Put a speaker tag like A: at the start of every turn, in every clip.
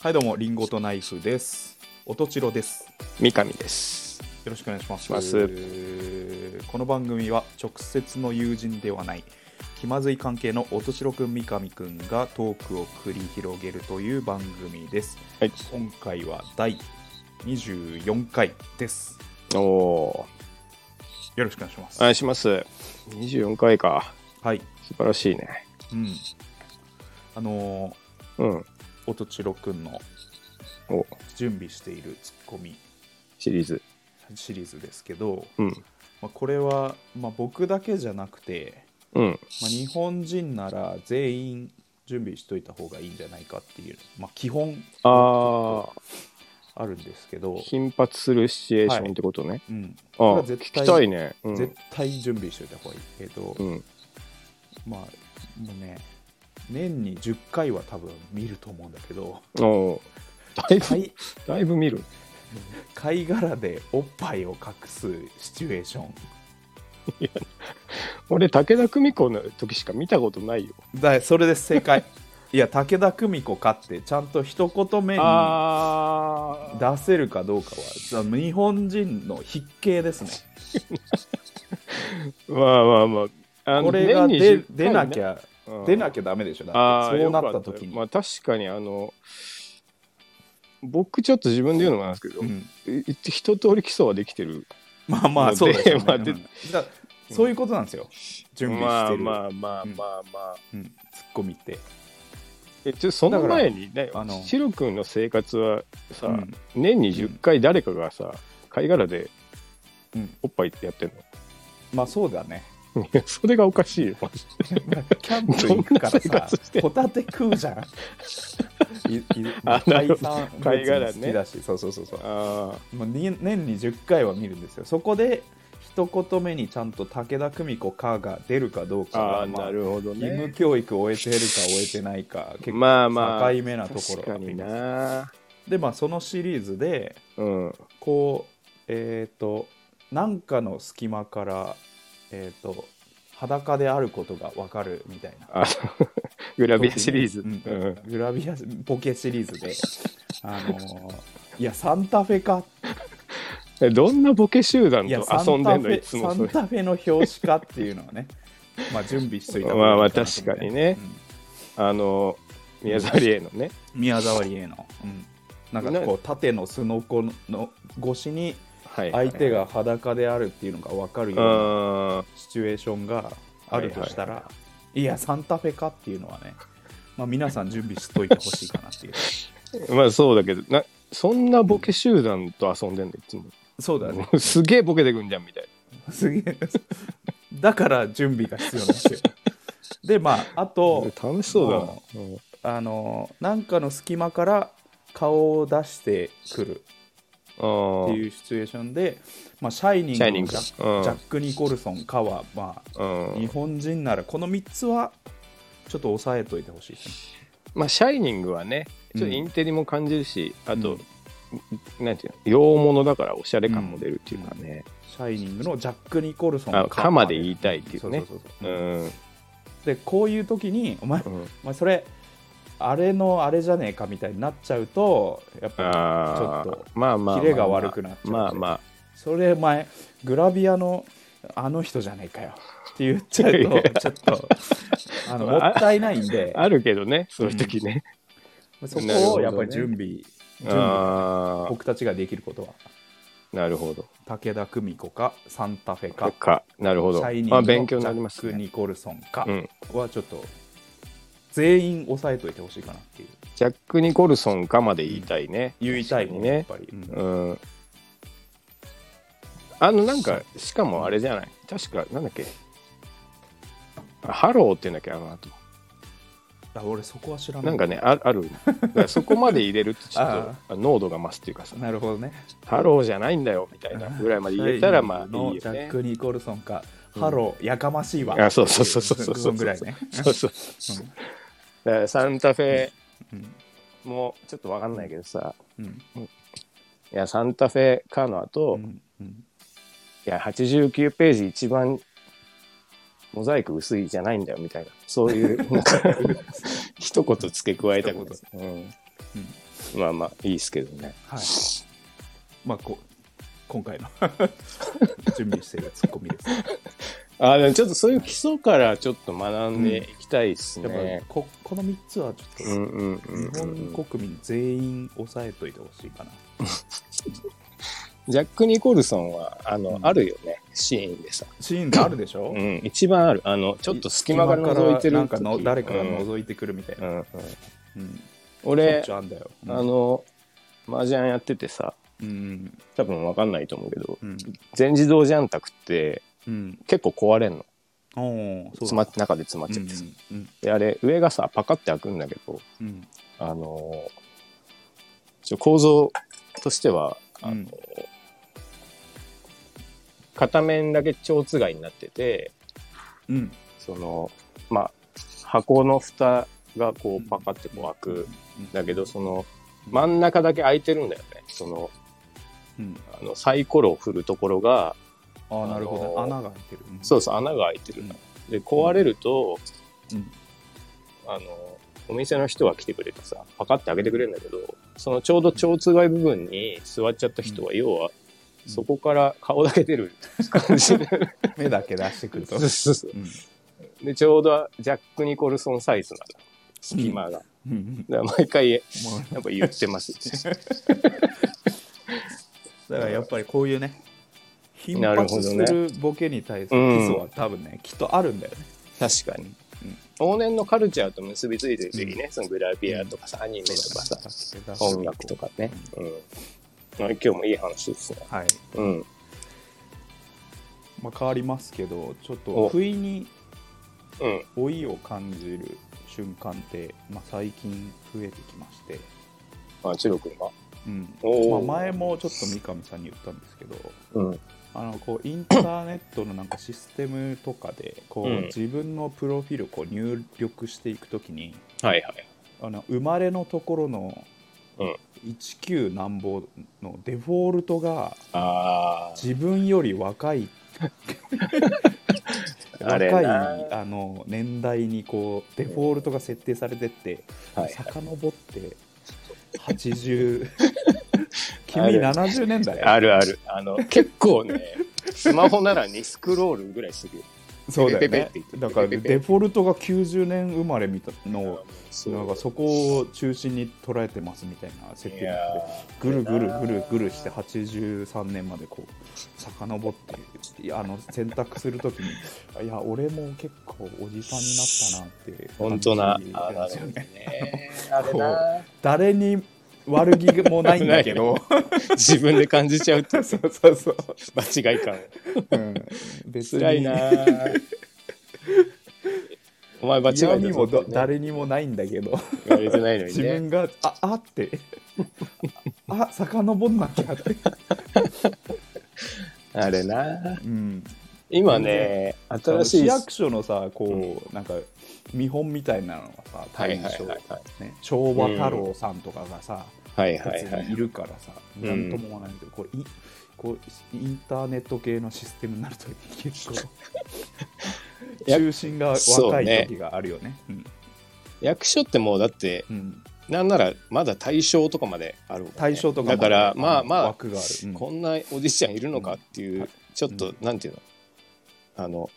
A: はいどうもリンゴとナイフですおとちろです
B: 三上です。
A: よろしくお願いします
B: します
A: えーこの番組は直接の友人ではない気まずい関係のおとしろくん三上くんがトークを繰り広げるという番組です
B: はい。
A: 今回は第24回です
B: おお
A: よろしくお願いしま
B: ー。
A: す
B: お願いします。24回か。
A: はい、
B: 素晴らしいね。
A: うんあのー、
B: うん。
A: おとちろくんの
B: お
A: 準備しているツッコミ
B: シリーズ。
A: シリーズですけど、
B: うん。
A: まあ、これは、まあ、僕だけじゃなくて、
B: うん。
A: まあ、日本人なら全員準備しといた方がいいんじゃないかっていう、まあ、基本
B: あ
A: あるんですけ
B: あ、
A: ど、
B: 頻発するシチュエーションってことね。
A: うん、
B: あ
A: これ
B: あ
A: は
B: ー、聞
A: 絶
B: き
A: 対
B: たいね。うん。
A: 絶対準備しといた方がいいけど、
B: うん、
A: まあもうね年に10回は多分見ると思うんだけど
B: おおー。だいぶ、
A: 貝
B: だいぶ見る。
A: 貝殻でおっぱいを隠すシチュエーション
B: 俺、武田久美子の時しか見たことないよ。
A: だそれです正 解いや武田久美子かってちゃんと一言目に
B: あ
A: 出
B: あ。
A: せるかどうかは日本人の筆形ですね
B: まあまあまあ。あの
A: これが
B: 年に
A: 出
B: 10
A: 出なき
B: 回ね
A: ゃ
B: うん
A: 出なきゃダメでしょだ
B: あ
A: っ
B: あ
A: てそうなっ
B: よか
A: た時に
B: まあ、確かにあの僕ちょっと自分で言うのもなんですけど、
A: うん
B: い一通り基礎はできてる
A: まあまあそうですよね、
B: まあで
A: うんだからそういうことなんですよ準備してる、
B: まあまあまあまあまあ、
A: うん、ツッコミって、
B: えちょその前にね
A: あの
B: シロ君の生活はさ、
A: うん
B: 年に10回誰かがさ貝殻で
A: うん
B: おっぱいってやってん
A: まあそうだ ね
B: の、いやそれがおかしいよマジで
A: キャンプ行くから
B: どんな生
A: さ
B: 活してんの
A: ホタテ食うじゃん いい
B: あなるほど
A: 海産物
B: 貝殻ね
A: 好きだしそうそうそうそう
B: あ
A: もうに年に10回は見るんですよそこで一言目にちゃんと武田久美子かが出るかどう
B: ー
A: か
B: あ
A: は
B: ー
A: まあ
B: なるほど
A: 義務
B: ね
A: 教育を終えてるか終えてないか結構
B: まあまあ
A: 境目なところ
B: 確かにな
A: でまあそのシリーズで
B: うん
A: こうえっ、となんかの隙間からえっ、と裸であることがわかるみたいな
B: あの グラビアシリーズ、
A: うん
B: うん
A: グラビアポケシリーズ であのーいやサンタフェか
B: えどんなボケ集団
A: い
B: と
A: や
B: 遊んでんのい
A: サ
B: つ
A: ンタ
B: も
A: フ
B: そ
A: ェ
B: れ
A: サンタフェの表紙かっていうのはね まあ準備しといた方がいい
B: まあまあ
A: なと思って
B: 確かにねあの宮沢りえのね
A: うん宮沢りえの、うん、なんかこう縦のすのこの越しに
B: はいはい
A: 相手が裸であるっていうのが分かる
B: う
A: ような
B: ーん
A: シチュエーションがあるとしたら、いやサンタフェかっていうのはね、まあ、皆さん準備しといてほしいかな っていう
B: まあそうだけどなそんなボケ集団と遊んでんのいつも、
A: そうだね
B: すげえボケてくんじゃんみたい
A: すげえだから準備が必要なんですよでまああ
B: な
A: と
B: 楽しそうだな、うん
A: あのなんかの隙間から顔を出してくる
B: あー
A: っていうシチュエーションで、まあ、シャイニング
B: シャイニング
A: ジャッ
B: うん
A: ジャック・ニコルソンかは、まあ、
B: う
A: 日
B: ん
A: 本人ならこの3つはちょっと押さえといてほしいですね
B: まあ「シャイニング」はねちょっとインテリも感じるし、あと、
A: う
B: なんていうの洋物だからおしゃれ感も出るっていうかね、
A: シャイニングのジャック・ニコルソン
B: あカマで言いたいっていうね
A: そうそうそう
B: う
A: そう、
B: んうん
A: でこういう時にお前お前それあれのあれじゃねえかみたいになっちゃうとやっぱ
B: あ
A: ちょっ
B: ー
A: と
B: まあまあまあまあ
A: キレが悪くなっちゃう
B: まあまあ
A: それお前グラビアのあの人じゃねえかよって言っちゃうと
B: いやいや
A: ちょっとあのもったいないんで
B: あるけどね、そういう時ね。
A: そ
B: なるほ
A: こを
B: どね
A: やっぱり準備準備
B: あ
A: 僕たちができることは
B: あ、なるほど。
A: 武田久美子かサンタフェか
B: か、なるほ
A: シ
B: ど。
A: ャイニング
B: あ
A: のジ
B: 勉
A: ャ
B: 強になります
A: ック・
B: ね。
A: ニコルソンか
B: うん、
A: はちょっと全員押さえといてほしいかなっていう。
B: ジャック・ニコルソンかまで言いたいね。
A: 言いたいね
B: ね
A: やっぱり、うん
B: うん。あの、なんか、しかもあれじゃない。確か、なんだっけ。ハローって言うんだっけ、あの後。
A: あ俺そこは知らない
B: なんかね、あある。だからそこまで入れると、ちょ っ
A: あ
B: と濃度が増すっていうかさ、
A: なるほどね
B: ハローじゃないんだよみたいなぐらいまで入れたら、まあいい
A: のジ
B: よ
A: ャッ
B: ね。
A: ク・ニコルソンか、ハローやかましいわ
B: あ、そうそうそうそうそう
A: そ
B: そ
A: ん
B: う。
A: ぐらいね
B: そうそうそう。だからサンタフェもちょっとわかんないけどさ、
A: うん
B: いや、サンタフェかの後、
A: う
B: い
A: んうん
B: や、89ページ一番モザイク薄いじゃないんだよ みたいな、そういう、なんか、一言付け加えたこと。うん
A: うん
B: まあまあ、いいですけどね。
A: はい。まあ、こ今回の 準備してるツッコミです。
B: あでもちょっとそういう基礎からちょっと学んでいきたいです
A: やっぱ、
B: ね。
A: ここの3つはち
B: う
A: ょっ
B: んうんう
A: と、
B: ん
A: 日
B: うん
A: 本国民全員押さえといてほしいかな。
B: ジャック・ニコルソンは、あの、
A: うん
B: あるよね、シーンでさ。
A: シーンがあるでしょ、
B: うん、一番ある。あの、ちょっと隙間が覗いてる
A: なんかの
B: 時
A: 誰かが
B: うん
A: 覗いてくるみたいな。
B: うんうん
A: うん。し
B: 俺、
A: ょっちゅうあんだよ。うん
B: あ、の、麻雀やっててさ、
A: うん。
B: 多分わかんないと思うけど、
A: うん。
B: 全自動ジャン卓って
A: うん。
B: 結構壊れんの。
A: おお、そう
B: 詰まって、中で詰まっちゃってさ。
A: うん。
B: で、あれ、上がさ、パカって開くんだけど、
A: うん。うん。
B: あのーちょ構造としては、あのー
A: うん
B: 片面だけ蝶つがいになってて
A: うん。
B: そのまあ箱の蓋がこうパカってこう開くんだけどその真ん中だけ開いてるんだよねその
A: うん。
B: あのサイコロを振るところが
A: ああ、なるほど。
B: あの
A: 穴が開いてる。。
B: そううそう穴が開いてるんだで壊れると、
A: うん。
B: あのお店の人が来てくれてさパカって開けてくれるんだけどそのちょうど蝶つがい部分に座っちゃった人は要はそこから顔だけ出る感じで
A: 目だけ出してくると
B: そう。そうそう
A: うん。
B: でちょうどジャック・ニコルソンサイズなんだ隙間が、
A: うん。
B: だから毎回や
A: もう
B: っぱ言ってます
A: だからやっぱりこういうね頻
B: なるほ
A: 発
B: ど
A: す
B: ね
A: るボケに対する基礎は多分ね、きっとあるんだよね
B: 確かに
A: うん
B: 往年のカルチャーと結びついてる時ね、そのグラビアとかさアニメとかさ、音楽とかね、うんまあ今日もいい話ですね
A: はい、
B: うん
A: まあ、変わりますけどちょっと
B: お
A: 不意に
B: うん
A: 老いを感じる瞬間って、まあ、最近増えてきまして、
B: あチロ君が
A: うん
B: おー
A: まあ、前もちょっと三上さんに言ったんですけど
B: うん
A: あのこうインターネットのなんかシステムとかでこう、
B: うん
A: 自分のプロフィールをこう入力していくときに、
B: はいはい
A: あの生まれのところの
B: うん
A: 19なんぼのデフォルトが
B: あー
A: 自分より若い
B: あ
A: 若
B: れ
A: い
B: な
A: あの年代にこうデフォルトが設定されてって、
B: はい
A: 遡って80君
B: あれ
A: 70年代
B: あるある。あの、結構ね、スマホなら2スクロールぐらいするよ。
A: そうだよ
B: ペペ
A: ね
B: ペって言
A: だ
B: って
A: から
B: ペペペ
A: デフォルトが90年生まれみたいの
B: そ
A: なんかそこを中心に捉えてますみたいな設定になっててぐるぐるぐるぐるして83年までこう遡っていやあの選択するときにいや俺も結構おじさんになったなって
B: 本当な。あ
A: あ
B: ーなるほど
A: よね
B: ね。あれな。
A: 誰に悪気もないんだけど
B: 自分で感じちゃうって
A: そうそうそう、
B: 間違い感。
A: うん、別
B: 辛いな。 お前間違い
A: 嫌
B: だ
A: 味
B: ぞ
A: もど
B: ってね
A: 誰にもないんだけど
B: 言われてないのに
A: 自
B: ね。
A: 分がああってあ遡んなきゃって、
B: あれな。
A: うん、
B: 今ね、新し
A: 市
B: い。
A: 役所のさこう、なんか見本みたいなのがさ
B: はい
A: 大
B: はい
A: 将、
B: はいはい。
A: ね、昭和太郎さんとかがさ、
B: はい
A: や
B: はい
A: つ
B: は
A: にい
B: い。
A: るからさ、
B: ん
A: なんとも思わないけどこれいこうインターネット系のシステムになると結構
B: や
A: 中心が
B: そ
A: 若
B: うね
A: い時があるよねうん
B: 役所ってもうだって、
A: うん
B: なんならまだ大正とかまであるもんね、
A: 大正とか
B: だから
A: も
B: まあまあ
A: 枠がある、うん
B: こんなおじいちゃんいるのかっていう、
A: うん
B: ちょっと、なんていうのあの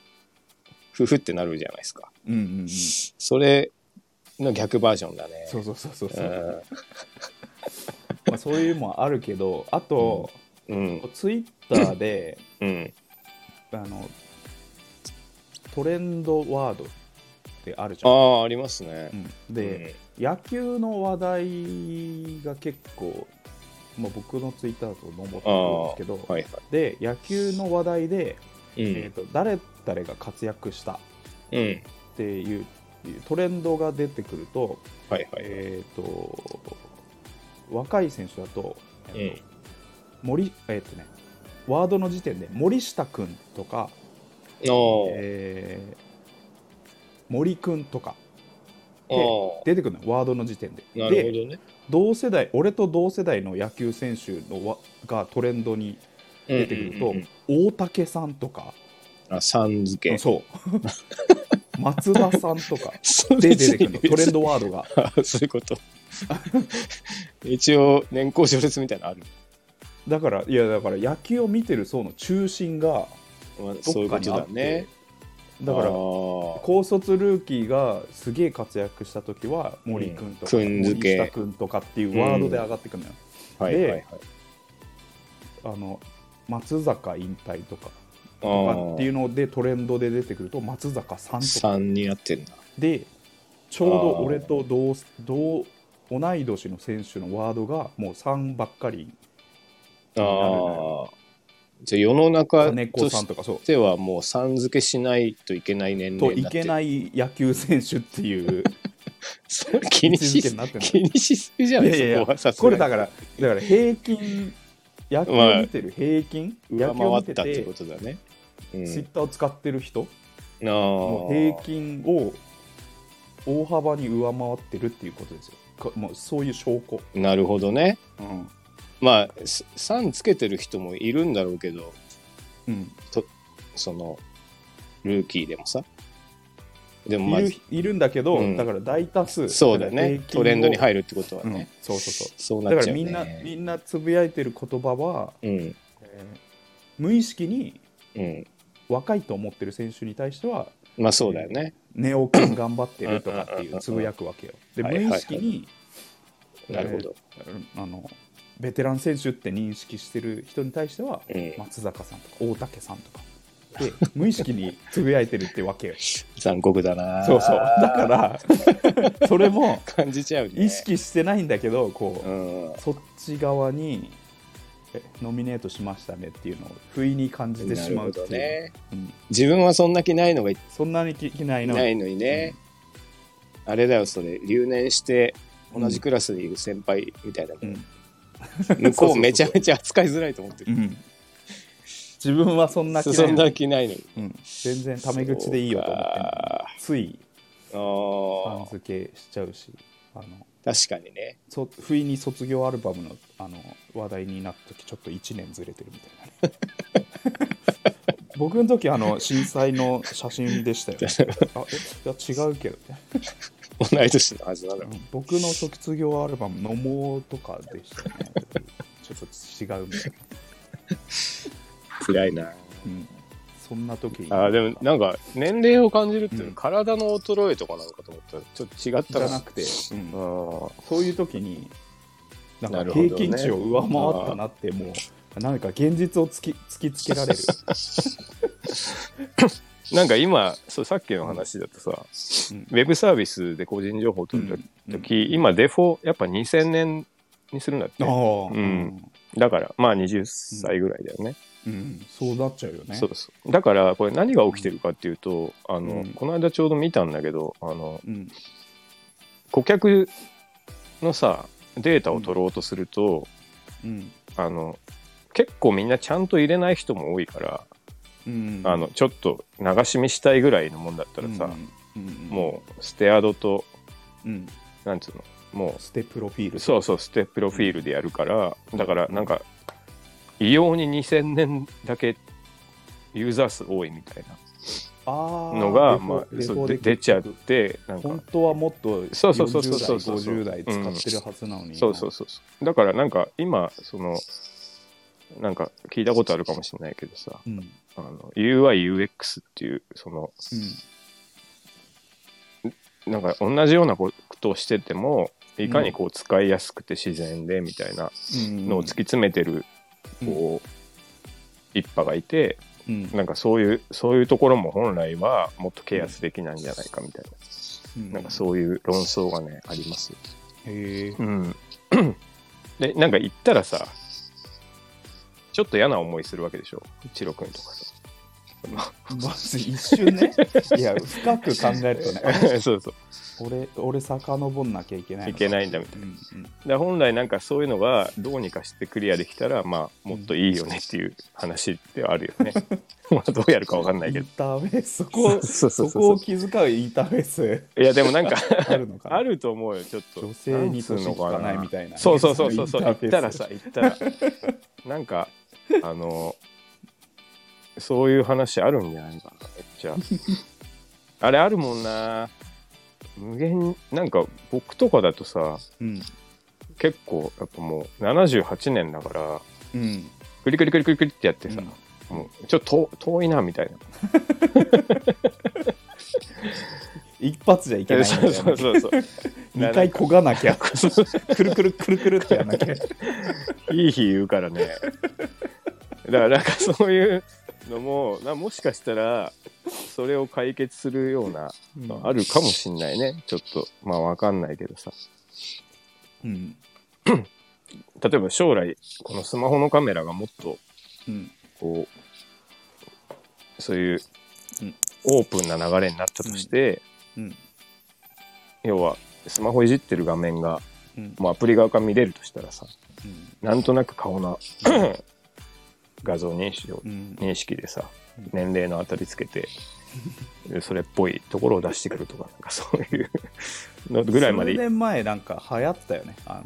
B: ふふってなるじゃないですか
A: うんうんうん
B: それの逆バージョンだね
A: そうそうそうそうそう、
B: う
A: まあ、そういうのもあるけどあと、
B: ん
A: ツイッターで
B: うん
A: あのトレンドワードってあるじ
B: あ
A: ゃん、
B: あありますね
A: うんで、野球の話題が結構、まあ、僕のツイッターだと上ってくるんですけど、
B: うんはい
A: で野球の話題で、
B: はい
A: えー、と誰々が活躍したっ
B: うん、うん、
A: ていうトレンドが出てくると,、
B: はいはい
A: えー、と若い選手だと,、えーと森えーとね、ワードの時点で森下君とか
B: おー
A: えー森くんとか
B: お
A: 出てくるのワードの時点で
B: ーなるほ
A: で
B: どね
A: 同世代俺と同世代の野球選手のわがトレンドに出てくると、
B: うんうんうん
A: 大竹さんとか
B: うんあさん付け
A: そう 松田さんとか
B: そ
A: で出てくるのトレン
B: ド
A: ドワードが
B: そういうこと 一応、年功序列みたいなのある。
A: だからいやだから野球を見てる層の中心が
B: まあ、そう
A: どっ
B: いう
A: か
B: こ
A: に
B: と
A: あ
B: だ
A: って
B: ね。
A: だから
B: あー
A: 高卒ルーキーがすげえ活躍した時は森君とか
B: うん君
A: 森
B: 付け
A: 下君とかっていうワードで上がってくるのよ、
B: はいはいはい。
A: あの松坂引退とか
B: あ
A: とかっていう
B: ー
A: のでトレンドで出てくると松坂さんとか
B: 3になってんだ。
A: でちょうど俺と同同同い年の選手のワードがもう3ばっかり
B: あ
A: な
B: あ。じゃあ世の中
A: 金子
B: と
A: さん
B: し
A: とかそう
B: てはもうさん付けしないといけない年
A: と
B: 齢に
A: い
B: なって
A: け
B: る
A: ない野球選手っていう
B: それ 気にし
A: 位置づけ
B: す
A: になってんの
B: 気にしすぎじゃ な
A: い
B: い
A: やいや
B: そこはさす
A: こ
B: が
A: れ
B: に
A: だからだから平均野球を見てる平均、野
B: 上
A: 球を
B: 回
A: 見
B: ってたって
A: て
B: ことだね。うん、
A: ツイッターを使ってる人
B: あ
A: の
B: ー
A: 平均を大幅に上回ってるっていうことですよこもうそういう証拠、
B: なるほどね。
A: うん
B: まあすさんつけてる人もいるんだろうけど
A: うん、
B: そのルーキーでもさでもまあ
A: いるいるんだけど、
B: うん
A: だから大多数
B: そうだよねトレンドに入るってことは
A: る、うん
B: ね、
A: そうそうそう
B: そうな
A: だ
B: っ
A: か
B: ちゃ
A: ら
B: う
A: み
B: よ
A: んな、み
B: ね
A: んなつぶやいてる言葉は、
B: うん
A: えー無意識に
B: うん
A: 若いと思ってる選手に対しては
B: まあそうだよね
A: ネオ君頑張ってるとかって
B: うんうんう
A: い
B: んうんう
A: うんつぶやくわけよ。で
B: は
A: 無
B: いはいはい
A: 意識に、
B: なるほど、
A: あのベテラン選手って認識してる人に対しては
B: うん
A: 松坂さんとか大竹さんとかで無意識につぶやいてるってわけ よ。
B: 残酷だな
A: そうそうだか らそれも
B: 感じちゃうね
A: 意識してないんだけどこう。
B: うん
A: そっち側にえノミネートしましたねっていうのを不意に感じて
B: な
A: し
B: る
A: まう
B: ほ
A: ってい
B: ど
A: う、
B: ね
A: うん
B: 自分はそんな気ないのがい
A: そんなにきないの
B: ないのにね、あれだよそれ留年して同じクラスにいる先輩みたいなも、
A: うんん
B: 向こうめちゃめちゃ扱いづらいと思って
A: う
B: る
A: ん自分はそんな気
B: そ
A: ない
B: ん
A: の
B: な
A: に、
B: 気ないのに
A: うん、全然タメ口でいいよと思ってんのについ
B: あ
A: 番付けしちゃうしあの
B: あ確かにね
A: そ不意に卒業アルバムのあの話題になった時ちょっと1年ずれてるみたいな 僕の時あの震災の写真でしたよ、ね、 あえいや違うけど
B: 同い年のはずな のに
A: 僕の卒業アルバム「のもう」とかでしたねちょっと違うみたいな、
B: 辛いな
A: うん、そんな時に
B: あーでもなんか年齢を感じるっていうのは
A: うん
B: 体の衰えとかなのかと思ったらちょっと違っ
A: じ
B: た
A: ゃ
B: な
A: なくて、うん
B: あ
A: そういう時になん
B: な
A: か
B: るほどね
A: 平均値を上回ったなってもうなんか現実を突き突きつけら れる
B: ーなんか今そうさっきの話だとさ、
A: うん
B: ウェブサービスで個人情報を取る
A: うん
B: 時、今デフォやっぱ2000年にするんだって
A: ああ
B: うんだからまあ20歳ぐらいだよね、
A: うん、そうなっちゃうよね
B: そうそうだからこれ何が起きてるかっていうとあの、
A: うん
B: この間ちょうど見たんだけどあの
A: うん
B: 顧客のさデータを取ろうとすると、
A: うん
B: あの結構みんなちゃんと入れない人も多いから、
A: うん
B: あのちょっと流し見したいぐらいのもんだったらさ、
A: うんうん
B: もうステアドと
A: うん、うん、
B: なんつうのも
A: ステプロフィー
B: う
A: ル
B: そうそうステッププロフィールでやるからだからなんか異様に2000年だけユーザー数多いみたい
A: あ
B: な
A: ー
B: のが
A: デフォ
B: まあ
A: デフ
B: そう
A: ォ
B: で
A: で
B: 出ちゃってなんか
A: 本当はもっと
B: そうそうそうそうそうそう
A: 40代50代使ってるはずなのに、
B: そうそうそうそうだからなんか今そのなんか聞いたことあるかもしれないけどさ
A: うん、うん
B: あの UIUX っていうそのなんか同じようなことをしててもいかにこう使いやすくて自然でみたいなのを突き詰めてるこう一派がいて
A: うん
B: なんかそういうそういうところも本来はもっとケアすべきなんじゃないかみたいななんかそういう論争がねあります。
A: うんへえ
B: うん、 でなんか行ったらさちょっと嫌な思いするわけでしょ一郎君とかさ。
A: まず一瞬ね いや深く考えると ね
B: そうそ
A: 俺俺遡んなきゃいけないうの
B: いけないんだみたいな。
A: うん
B: だから本来なんかそういうのがどうにかしてクリアできたらまあもっといいよねっていう話ではあるよね。まあどうやるかわかんな
A: うん、
B: い
A: イ
B: けど
A: ン。ターフェースそこ
B: そうそ
A: そうこ
B: そう
A: を気遣うインターフェース
B: いやでもなんか
A: あるのかな
B: あると思うよちょっと。
A: 女性に年
B: んつう
A: し
B: の
A: かないみたいな
B: そうそうそうそうそう。
A: イン
B: 言
A: ター
B: っ
A: フェース
B: たらさ言ったらなんかあのそういう話あるんじゃないかなめっちゃ。あれあるもんな。無限、なんか僕とかだとさ、
A: うん
B: 結構、やっぱもう78年だから、
A: うん
B: クリクリクリクリクリってやってさ、
A: う
B: もうちょっと遠遠いなみたいな。
A: ん一発じゃいけない
B: そうそう
A: 2
B: そうそう。
A: 回こがなきゃ
B: そうそう
A: くるくるくるくるってやんな きゃ
B: いい日言うか らね。だからなんかそういうのも、なもしかしたら、それを解決するような、
A: うん
B: あるかもしんないね。ちょっと、まあわかんないけどさ。
A: うん
B: 例えば将来、このスマホのカメラがもっと、
A: うん
B: こう、そういう
A: うん
B: オープンな流れになったとして、
A: うん
B: 要は、スマホいじってる画面が、
A: うん
B: もうアプリ側から見れるとしたらさ、
A: うん
B: なんとなく顔な 画像認識を
A: うん
B: 認識でさ
A: うん
B: 年齢の当たりつけてでそれっぽいところを出してくるとかなんかそういうのぐらいまで
A: 数年前なんか流行ってたよねあの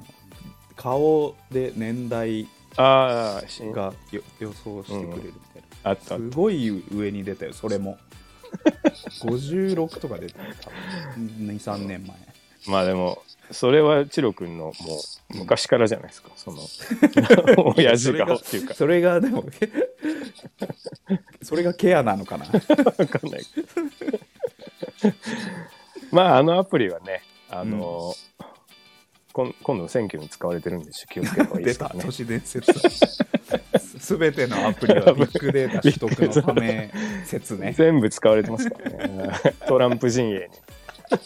A: 顔で年代
B: ああし
A: がよ予想してくれるみたい
B: あった
A: な、すごい上に出たよそれ も56とか出てた23年前
B: まあでもそれはチロ君のもう昔からじゃないですか その親父顔っていうか
A: それがでもそれがケアなのかな
B: わかんない けどまああのアプリはねあの、こん今度の選挙に使われてるんで気をつけた方がいいで
A: 出
B: すか
A: た
B: らね
A: 都市伝説 すべてのアプリはビッグデータ取得のため説ね
B: 全部使われてますか らねトランプ陣営に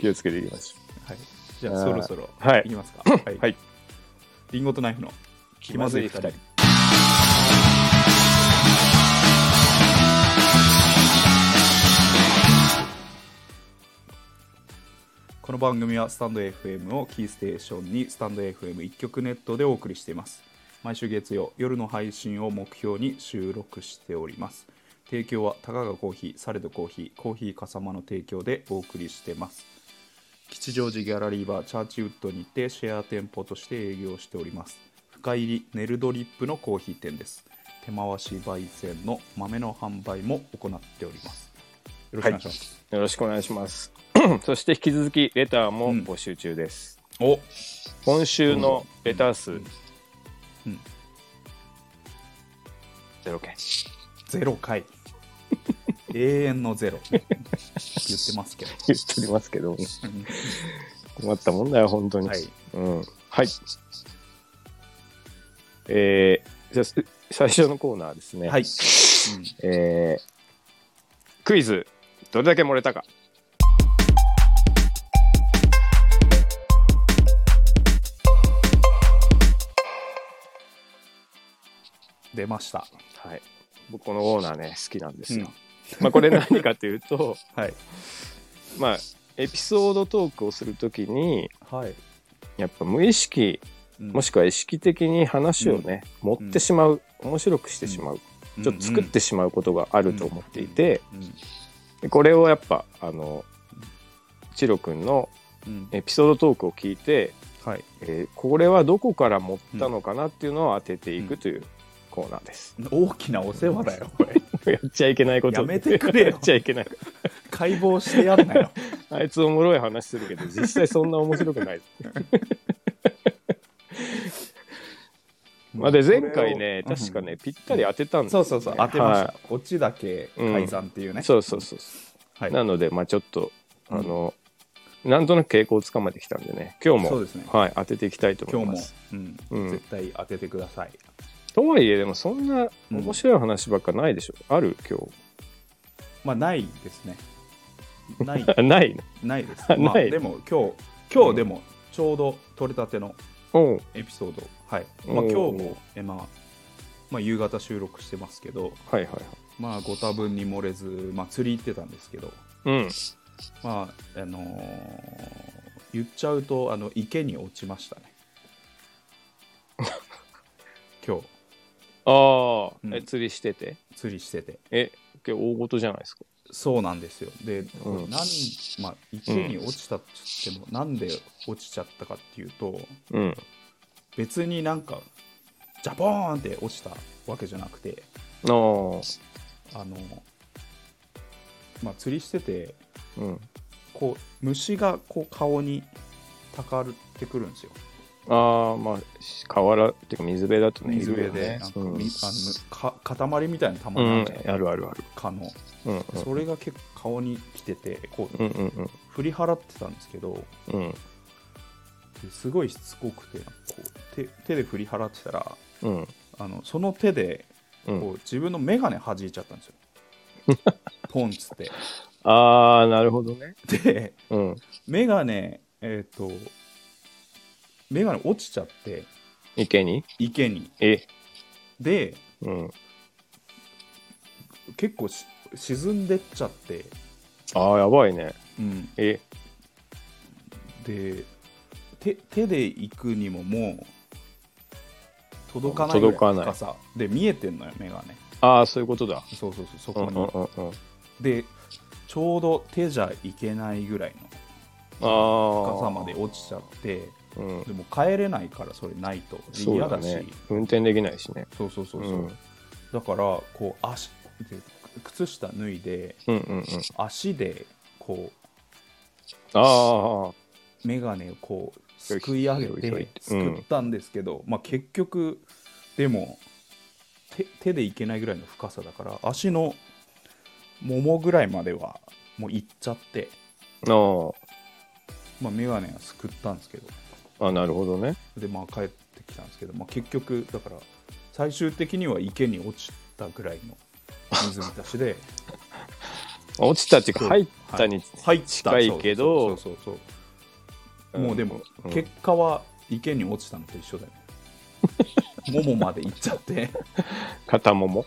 B: 気をつけていきましょ
A: はい、じゃあそろそろ
B: はい
A: いきますかは
B: うはい
A: リンゴとナイフの気まずい二人この番組はスタンド FM をキーステーションにスタンド FM 一曲ネットでお送りしています毎週月曜夜の配信を目標に収録しております提供はたかがコーヒーサレドコーヒーコーヒーかさまの提供でお送りしてます吉祥寺ギャラリーバーチャーチウッドにてシェア店舗として営業しております深入りネルドリップのコーヒー店です手回し焙煎の豆の販売も行っておりますよろしくお願いします、
B: よろしくお願いします そして引き続きレターも募集中です、
A: お
B: 今週のレター数、
A: うん
B: ゼロ件
A: ゼロ 回永遠のゼロ言ってます けど
B: 言っておりますけど困ったもんだよ本当に
A: はい
B: うんはいえーじゃあす最初のコーナーですね
A: はい、
B: えークイズどれだけ漏れたか
A: 出ました、
B: はい僕このコーナーね好きなんですよ、
A: うん
B: まあこれ何かというと
A: はい
B: まあエピソードトークをするときに
A: はい、
B: やっぱ無意識
A: うん
B: もしくは意識的に話をね、持ってしまう面白くしてしまう、ちょっと作ってしまうことがあると思っていて、
A: うんうん
B: でこれをやっぱあのチロ君の
A: うん
B: エピソードトークを聞いて
A: はい
B: えーこれはどこから持ったのかなっていうのを当てていくというコーナーです。
A: 大きなお世話だよこれ
B: やっちゃいけないこと
A: やめてくれよ
B: やっちゃいけない。
A: 解剖してやんなよ
B: あいつおもろい話するけど実際そんな面白 くない。 まあで前回ね
A: これを
B: 確かね、
A: うん
B: ぴったり当てたんで
A: そう
B: すよね
A: そうそう当てました、
B: は
A: オチだけ解散っていうね、
B: いそうそうそう
A: はい
B: なのでまあちょっとあの、なんとなく傾向をつかめてきたんでね今日
A: そ
B: も、
A: うですね
B: はい当てていきたいと
A: 今
B: 思
A: 日
B: い
A: も
B: ます。、
A: うん
B: うん
A: 絶対当ててください
B: とはいえでもそんな面白い話ばっかないでしょ、ある今日
A: まあないですね ない
B: あないの
A: ないです
B: あ。
A: まあ、
B: ない
A: でも今日、今日でもちょうど取れたての
B: おう
A: エピソード、はい。まあ、
B: お
A: 今
B: ー
A: 日も、えまあ、まあ、夕方収録してますけど、
B: はいはいはい。
A: まあ、ご多分に漏れず、まあ、釣り行ってたんですけど、
B: うん
A: まあ、あのー言っちゃうと、あの、池に落ちましたね。 今日、
B: ああ、
A: うん
B: え釣りしてて
A: 釣りしてて。
B: え今日大事じゃないですか
A: そうなんですよ。で、
B: うん
A: なんまあ、池に落ちたって言っても、なんで落ちちゃったかっていうと、
B: うん
A: 別になんかジャボーンって落ちたわけじゃなくて
B: あ
A: あ
B: あ
A: のまあ釣りしてて
B: うん
A: こう虫がこう顔にたかってくるんですよ
B: ああ、まあ、河原っていうか水辺だとね、
A: 水辺
B: いるよ
A: で
B: ね
A: なんか
B: うん
A: みあのか塊みたいな
B: う
A: 玉なん
B: ん
A: じゃない、
B: あるあるある。
A: かの
B: うんうん
A: それが結構顔に来ててこう
B: うんうん
A: 振り払ってたんですけど
B: うんうん
A: すごいしつこくてこう手手で振り払ってたら
B: うん
A: あのその手で
B: うん
A: こう自分の眼鏡弾いちゃったん ですよ。ポンっつって。
B: ああ、なるほどね。
A: で
B: うん。
A: 眼鏡えっ、と眼鏡落ちちゃって
B: 池に
A: 池に。
B: え、
A: で
B: うん。
A: 結構し沈んでっちゃって、
B: ああ、やばいね。
A: うん、
B: え、
A: で手手で行くにももう届かないぐら
B: 届
A: い
B: か
A: の
B: ない
A: 深さで見えてんのよ眼鏡。
B: ああ、そういうことだ。
A: そうそうそうそ
B: うん
A: こ
B: う
A: に。
B: んうんうん。
A: でちょうど手じゃいけないぐらい
B: あ
A: の
B: あ。
A: 深さまで落ちちゃって。
B: うん。
A: でも帰れないからそれないと
B: そう
A: 嫌
B: だ
A: だし
B: ね。運転できないしね。
A: そうそうそううんそう、
B: うん
A: だからこう足で靴下脱いで
B: うんうん。
A: 足でこ
B: ああ。
A: う眼鏡をこうすくい上げ
B: ひょいひょいひょいって
A: てすくったんですけど、まあ、結局でも手手でいけないぐらいの深さだから足のももぐらいまではもういっちゃって、
B: あ
A: まあ、眼鏡はすくったんですけど
B: あ。あなるほどね。
A: でまあ帰ってきたんですけど、まあ、結局だから最終的には池に落ちたぐらいの水浸し で
B: 落ちたっていうか、
A: そう
B: 入ったに、
A: 入った
B: 近いけど
A: そうそうそうそう、
B: ん
A: もうでも、
B: うん
A: 結果は池に落ちたのと一緒 だよねももまで行っちゃって
B: 肩もも。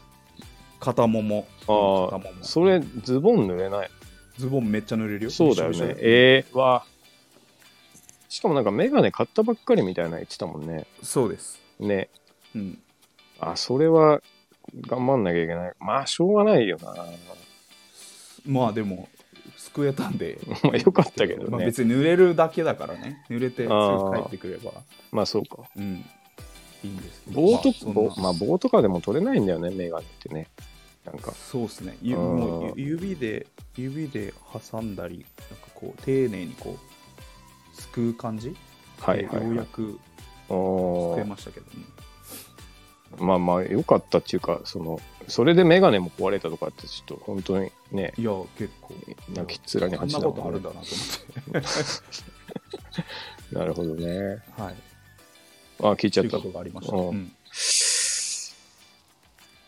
A: 肩もも
B: あ
A: 肩
B: あ
A: もも、
B: それ、ズボン濡れない。
A: ズボンめっちゃ濡れるよ
B: そうだよ
A: びしょび
B: ね。
A: しょ
B: ええわ。しかもなんかメガネ買ったばっかりみたいなの言ってたもんね。
A: そうです、
B: ね。
A: うん、
B: あ、それは頑張んなきゃいけない。まあ、しょうがないよな。
A: まあでも救えたんで
B: まあ、よかったけど
A: まあ、
B: ね。
A: 別に濡れるだけだからね濡れてすぐ帰ってくれば
B: まあ、そうか。
A: うん。いいんですけど。
B: 棒と、
A: まあ
B: 棒
A: そんな
B: まあ、棒とかでも取れないんだよね、メガネってね。なんか。
A: そうですね。ゆ
B: うん
A: もうゆ指で、指で挟んだり、なんかこう、丁寧にこう、すくう感じ、
B: はいは
A: よ
B: い、
A: う
B: は
A: や
B: い。
A: く
B: お
A: すくえ
B: ー
A: ましたけどね。
B: まあまあ、よかったっていうか、その、それでメガネも壊れたとかって、ちょっと本当にね、
A: いや、結構。
B: 泣きっ面に
A: こん
B: 恥
A: な
B: だ
A: こ
B: も
A: とある
B: ん
A: ん
B: ね
A: だなと思って。
B: なるほどね。
A: はい。
B: あ、聞いち
A: とい
B: ゃっ
A: う
B: た
A: こ。とがありました。
B: うん
A: うん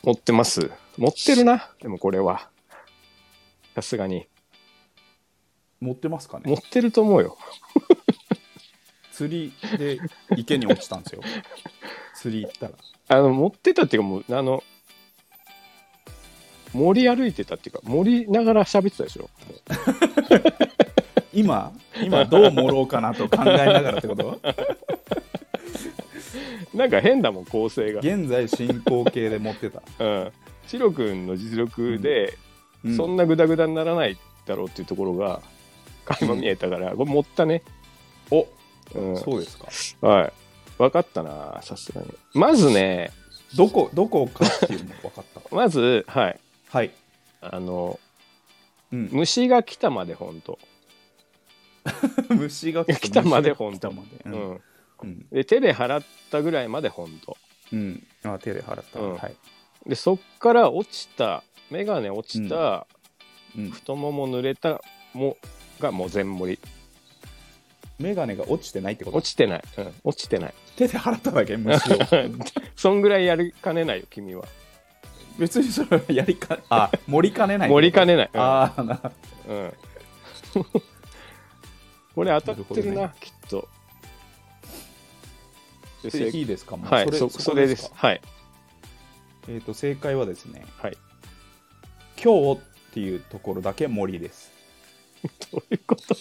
B: 持ってます。持ってるな。でもこれは。さすがに。
A: 持ってますか
B: 持
A: ね
B: ってると思うよ。
A: 釣りで池に落ちたんです よ。釣り行ったら。
B: あの、持ってたっていうか、もう、あの、森歩いてたっていうか、森ながら喋ってたでしょ。
A: 今、 今どう盛ろうかなと考えながらってこと
B: なんか変だもん、構成が。
A: 現在進行形で持ってた。
B: うん。シロ君の実力で、
A: うん
B: そんなグダグダにならないだろうっていうところが、垣間見えたから、これ持ったね。
A: お
B: うん。
A: そうですか。
B: はい。分かったな、さすがに。まずね、
A: どこ、どこかっていうの分かった。
B: まず、 はい。
A: はい。
B: あの、
A: うん、
B: 虫が来たまで、本当
A: 虫が
B: 来たまで
A: 虫が来たまで。う
B: う
A: ん。
B: ん、
A: うん。
B: で手で払ったぐらいまで本当
A: うん、あ、手で払った。
B: うん
A: はい。
B: でそっから落ちた眼鏡落ちた、
A: うん。
B: 太もも濡れたもがもう全盛り
A: メガネが落ちてないってこと
B: 落ちてない、うん、落ちてない
A: 手で払っただけ虫を。
B: そんぐらいやりかねないよ君は
A: 別にそれはやりか、あ、盛りかねない。
B: 盛りかねない、うん
A: ああ、な、
B: うんこれ当たってるな
A: なる
B: きっとで
A: でい
B: 正
A: いですかもう
B: はい
A: それ
B: そ
A: こ
B: それです
A: か
B: はい
A: えっと、正解はですね、
B: はい
A: 今日っていうところだけ森です。
B: どういう こと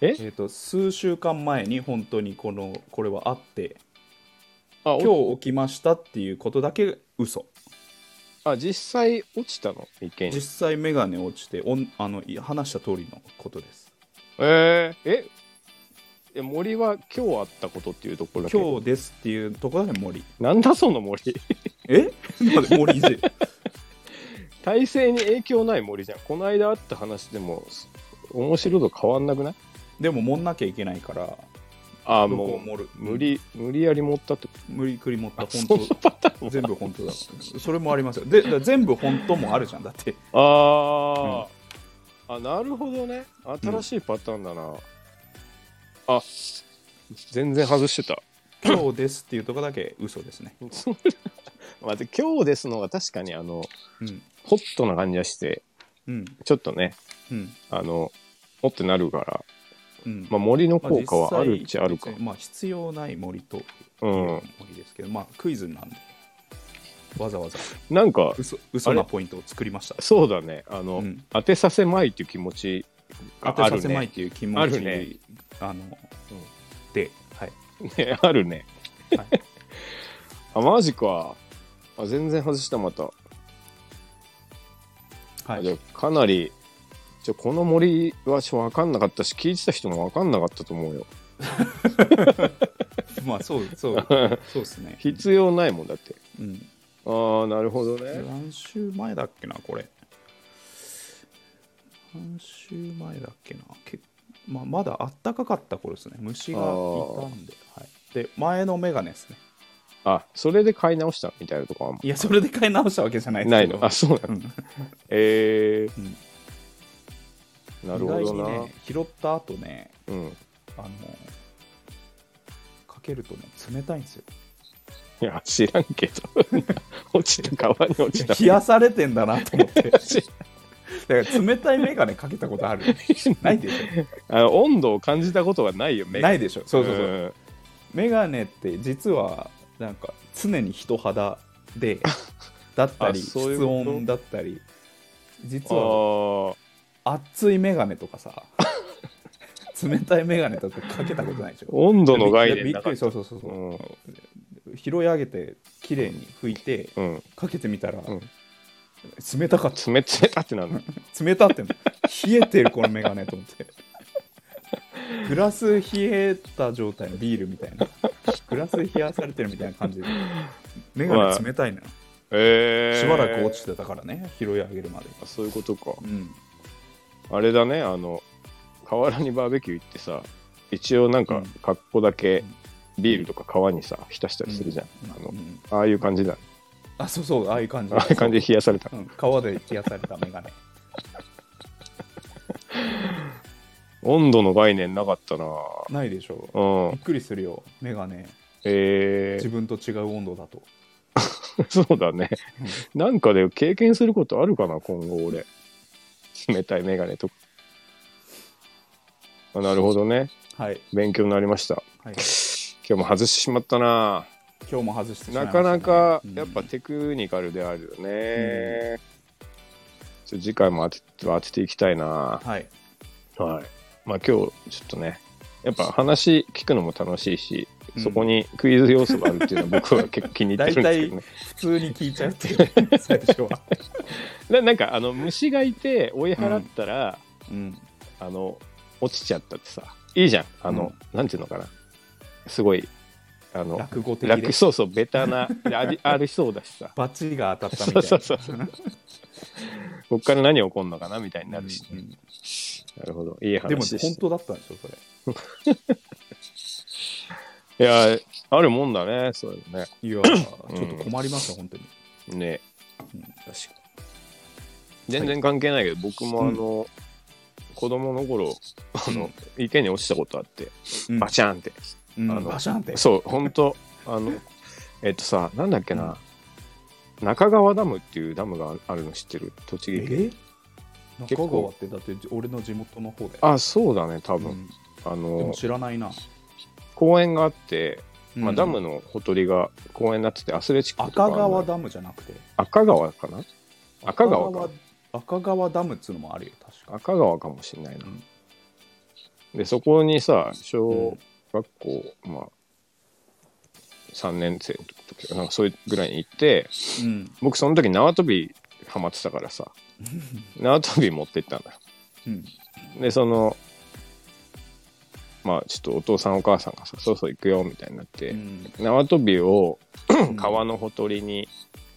A: えっと、数週間前に本当にこの、これはあって、
B: あ今日
A: 今日起きましたっていうことだけ嘘。
B: あ実際落ちたの池に
A: 実際メガネ落ちておんあのい話した通りのことです
B: えー、ええ森は今日あったことっていうところだけ
A: 今日ですっていうところで森
B: なんだその森
A: えなんで森いじる
B: 体制に影響ない森じゃんこの間あった話でもす面白度変わんなくない
A: でも盛んなきゃいけないから
B: ああ、
A: どこ
B: も
A: を盛る
B: う、無理、無理やり持ったってこ
A: 無理くり持った
B: と。
A: 本
B: そのパターン
A: 当全部本当だそれもありますよでだから全部本当もあるじゃんだ って
B: あー、あ、なるほどね。新しいパターンだな。あ、全然外してた。
A: 今日ですっていうとこだけ嘘ですね、
B: それ待って、今日ですのが確かにあの、
A: うん
B: ホットな感じがして、
A: うん
B: ちょっとね、
A: うん
B: あの、もってなるから、
A: うん
B: まあ、森の
A: まあ
B: 効果はあるっ
A: 実
B: ち
A: 際
B: ゃあるか。
A: まあ必要ない森と
B: うん。
A: 森ですけど、まあクイズなんでわざわざ
B: なんか、
A: 嘘嘘なポイントを作りました
B: そうだね。あの、
A: うん
B: 当てさせまいっていう気持ち
A: 当
B: が
A: て
B: あ
A: さ
B: る
A: せまい
B: ね。
A: っていう気持
B: あ
A: ち
B: るね
A: あの、で、はい、
B: ね あるね。
A: はい
B: あ、マジか。あ全然外した、また。
A: は
B: あじゃ
A: い、
B: あかなり、じゃあこの森はちょ分かんなかったし、聞いてた人も分かんなかったと思うよ。。
A: まあそうそうそうですね
B: 必要ないもんだって。
A: うん、
B: ああ、なるほどね。
A: 何週前だっけなこれ。何週前だっけな。けまあまだあったかかった頃ですね。虫がいたんで、はい。で前のメガネですね。
B: あ、それで買い直したみたいなとこはあんま
A: いやそれで買い直したわけじゃないです
B: な
A: け
B: い
A: ど。
B: の。あ、そうな
A: う
B: の。
A: ん
B: え
A: うん
B: ー、なるほど
A: 意
B: な。
A: 外にね拾った後ね
B: うん。
A: あのかけるとね冷たいんですよ。
B: いや、知らんけど。 落ちた、川に落ちた。
A: 冷やされてんだなと思って。
B: 知
A: だから冷たいメガネかけたことあるないでし
B: あの温度を感じたことがないよ、
A: ょ
B: 目が
A: ないでしょそうそうそう、
B: ん
A: メガネって実はなんか常に人肌でだったり
B: あそういう
A: 室
B: こと
A: 温だったり実は
B: あ
A: 熱いメガネとかさ 冷たいメガネとかかけたことないでし
B: あ、
A: ょ
B: 温度の概念
A: びっ
B: な
A: く
B: かっ
A: りそうそうそう
B: た。
A: そうう、
B: ん。
A: 拾い上げて綺麗に拭いて
B: うん。
A: かけてみたら、
B: うん
A: 冷たかった
B: 冷冷たってな るの。
A: 冷たって冷えてるこのメガネと思ってグラス冷えた状態のビールみたいなグラス冷やされてるみたいな感じでメガネ冷たいな
B: えー、
A: しばらく落ちてたからね拾い上げるまで
B: あそういうことか。
A: うん
B: あれだね、あの、河原にバーベキュー行ってさ、一応なん
A: う
B: か
A: ん、
B: 格好だけ、ビールとか川にさ、浸したりするじゃん。あの
A: うん
B: ああいう感じだ。
A: あそうそうああいう感じ
B: ああいう感じで冷やされた。
A: うん、川で冷やされたメガネ
B: 温度の概念なかったな
A: ないでしょう
B: うん
A: びっ。くりするよメガネ
B: え
A: 自分と違う温度だと
B: ー、そうだね。なんかで経験することあるかな、今後俺。冷たいメガネとか。あなるほどね。
A: はい、
B: 勉強になりました。
A: はい、
B: 今日も外してしまったな
A: 今日も外してしまい
B: な
A: ました
B: か
A: ね
B: なか
A: うん
B: やっぱテクニカルであるよね。ちょ次回も当て当てていきたいな
A: はい
B: はい。まあ今日ちょっとね、やっぱ話聞くのも楽しいし、
A: うん
B: そこにクイズ要素があるっていうのは僕は結構気に入ってるんですけどね。
A: 普通に聞いちゃうって いう最初は
B: ななんかあの虫がいて追い払ったら、
A: うん
B: あの落ちちゃったってさいいじゃんあの、なんていうのかなすごいあの
A: 落語的
B: 楽
A: で
B: そうそうベタなでありありそうだしさ
A: バチが当たったみ
B: そ
A: た
B: う
A: いな
B: そうそう こっから何起こるのかなみたいになるし、
A: うんうん
B: なるほどいい
A: でも
B: 話で
A: 本
B: し
A: 当だったんでしょそれ
B: たいやあるもんだねそういうのね
A: いや ーちょっと困りますよ本当に、
B: ね
A: うん
B: 確か全
A: は
B: 然関係ないけど僕もあの、子供の頃あの、池に落ちたことあって、
A: うん
B: バチャンって
A: うん
B: あの
A: バシャンって
B: そう、本当あ の、えっとさ、なんだっけな、中川ダムっていうダムがあるの知ってる栃木県。
A: え
B: 結
A: 中
B: 構
A: 川ってだって俺の地元の方で
B: あ、そうだね、多
A: う
B: 分。
A: ん
B: あ
A: でも
B: の、
A: 知らないな、
B: 公園があって、ま
A: う
B: あ、
A: ん
B: ダムのほとりが公園になってて、アスレチックと
A: 赤
B: かあるの
A: 川ダムじゃなくて
B: 赤川かな赤川か
A: 赤赤川ダムっつうのもあるよ確か
B: 赤川かもしれないな
A: う。ん
B: で、そこにさ、
A: う
B: 小
A: ん
B: 学校、まあ、3年生の時なんかそういうぐらいに行って、
A: うん
B: 僕その時縄跳びハマってたか らさ、縄跳び持ってったんだよ。
A: うん
B: でそのまあちょっとお父さんお母さんがさそうそう行くよみたいになって、
A: うん
B: 縄跳びを
A: うん
B: 川のほとりに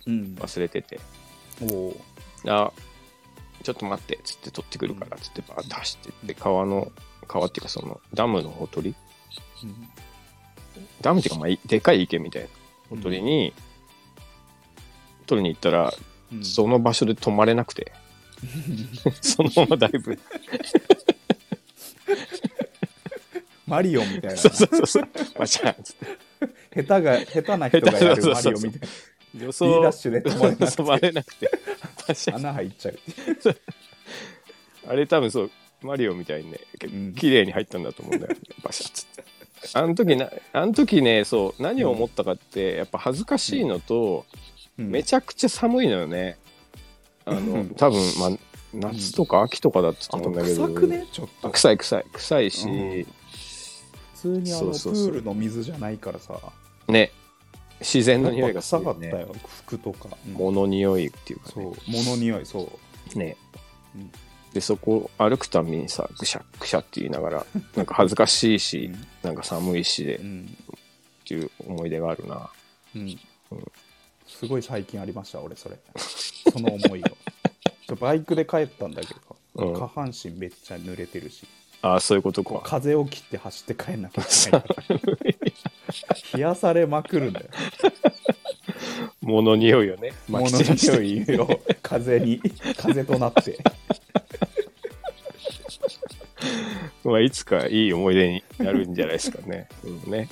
A: うん
B: 忘れてて、
A: おー
B: あちょっと待って、つって取ってくるから、つってバーッと走ってって、川の、川っていうかその、ダムのほとり
A: うん
B: ダムっていうか、まあ、いでかい池みたいなほとりに、取りに行ったら、
A: うん
B: その場所で止まれなく て、そのままだいぶ、
A: マリオみたいな
B: そう
A: 下
B: そうそうそう、 バシャンっつっ
A: 手
B: て、
A: が下手な人がやるマリオみたいな
B: 予
A: B ダ
B: 想
A: ッ、シュで止まれな
B: 止まれなく て、バシャン
A: 穴入っちゃう
B: あれ多分そう、マリオみたいにね、結
A: うん
B: 構綺麗に入ったんだと 思うんだよ、ね、バシャッつって。あの時な、あの時ね、そう、何を思ったかって、やっぱ恥ずかしいのと、
A: うん
B: めちゃくちゃ寒いのよね。あ
A: う
B: の
A: ん、
B: 多分、まあ、夏とか秋とかだったと
A: あ
B: 思
A: と
B: うんだけど。
A: 臭くねちょっと
B: あ
A: 普
B: 臭い臭い臭い
A: う
B: し、
A: ん通にあの
B: そう
A: プ
B: そうそう
A: ールの水じゃないからさ
B: ね自然の匂
A: や
B: い
A: っぱ
B: がす
A: 臭
B: る
A: か
B: よ
A: っ
B: ね
A: たよ服とかうん
B: 物匂いっていうか
A: そう
B: ね
A: 物匂いそう
B: ね
A: うん
B: でそこ歩くたびにさぐしゃぐしゃって言いながらなんか恥ずかしいし、
A: うん
B: なんか寒いしでっ
A: うん
B: ていう思い出があるな
A: うん
B: うん
A: すごい最近ありました俺 それその思いがちょバイクで帰ったんだけど、
B: うん
A: 下半身めっちゃ濡れてるし
B: ああそういうことか
A: 風を切って走って帰んなきゃいけないから 冷やされまくるんだよ
B: 物匂いよね
A: 物
B: 巻き散らして
A: の匂いを風に風となって
B: まあいつかいい思い出になるんじゃないですか ねうんね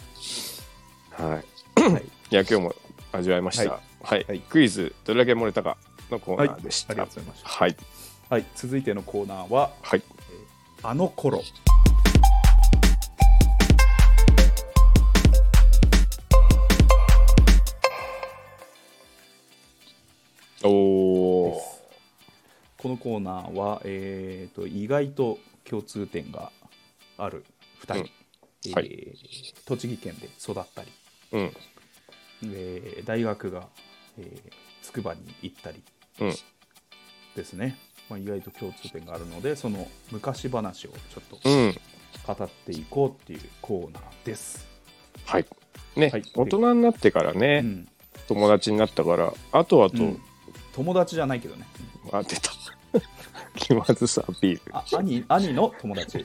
B: はい
A: はい
B: いや今日も味わいましたは、
A: はいはい
B: クイズどれだけ漏れたかのコーナーでした、
A: ありがとうございました
B: はい
A: はい続いてのコーナーは
B: はい
A: 「あの頃
B: お
A: で
B: お
A: すこのコーナーは、えー、と意外と共通点がある2人、
B: うんはい
A: えー栃木県で育ったり
B: うん
A: で大学が、えー筑波に行ったり
B: うん
A: ですね、まあ、意外と共通点があるのでその昔話をちょっ
B: うん
A: と語っていこうっていうコーナーです。
B: はいね、
A: はい
B: 大人になってからね、
A: うん
B: 友達になったからあとあと、
A: うん友達じゃないけどね
B: あ出た 気まずさアピール
A: あ兄兄の友達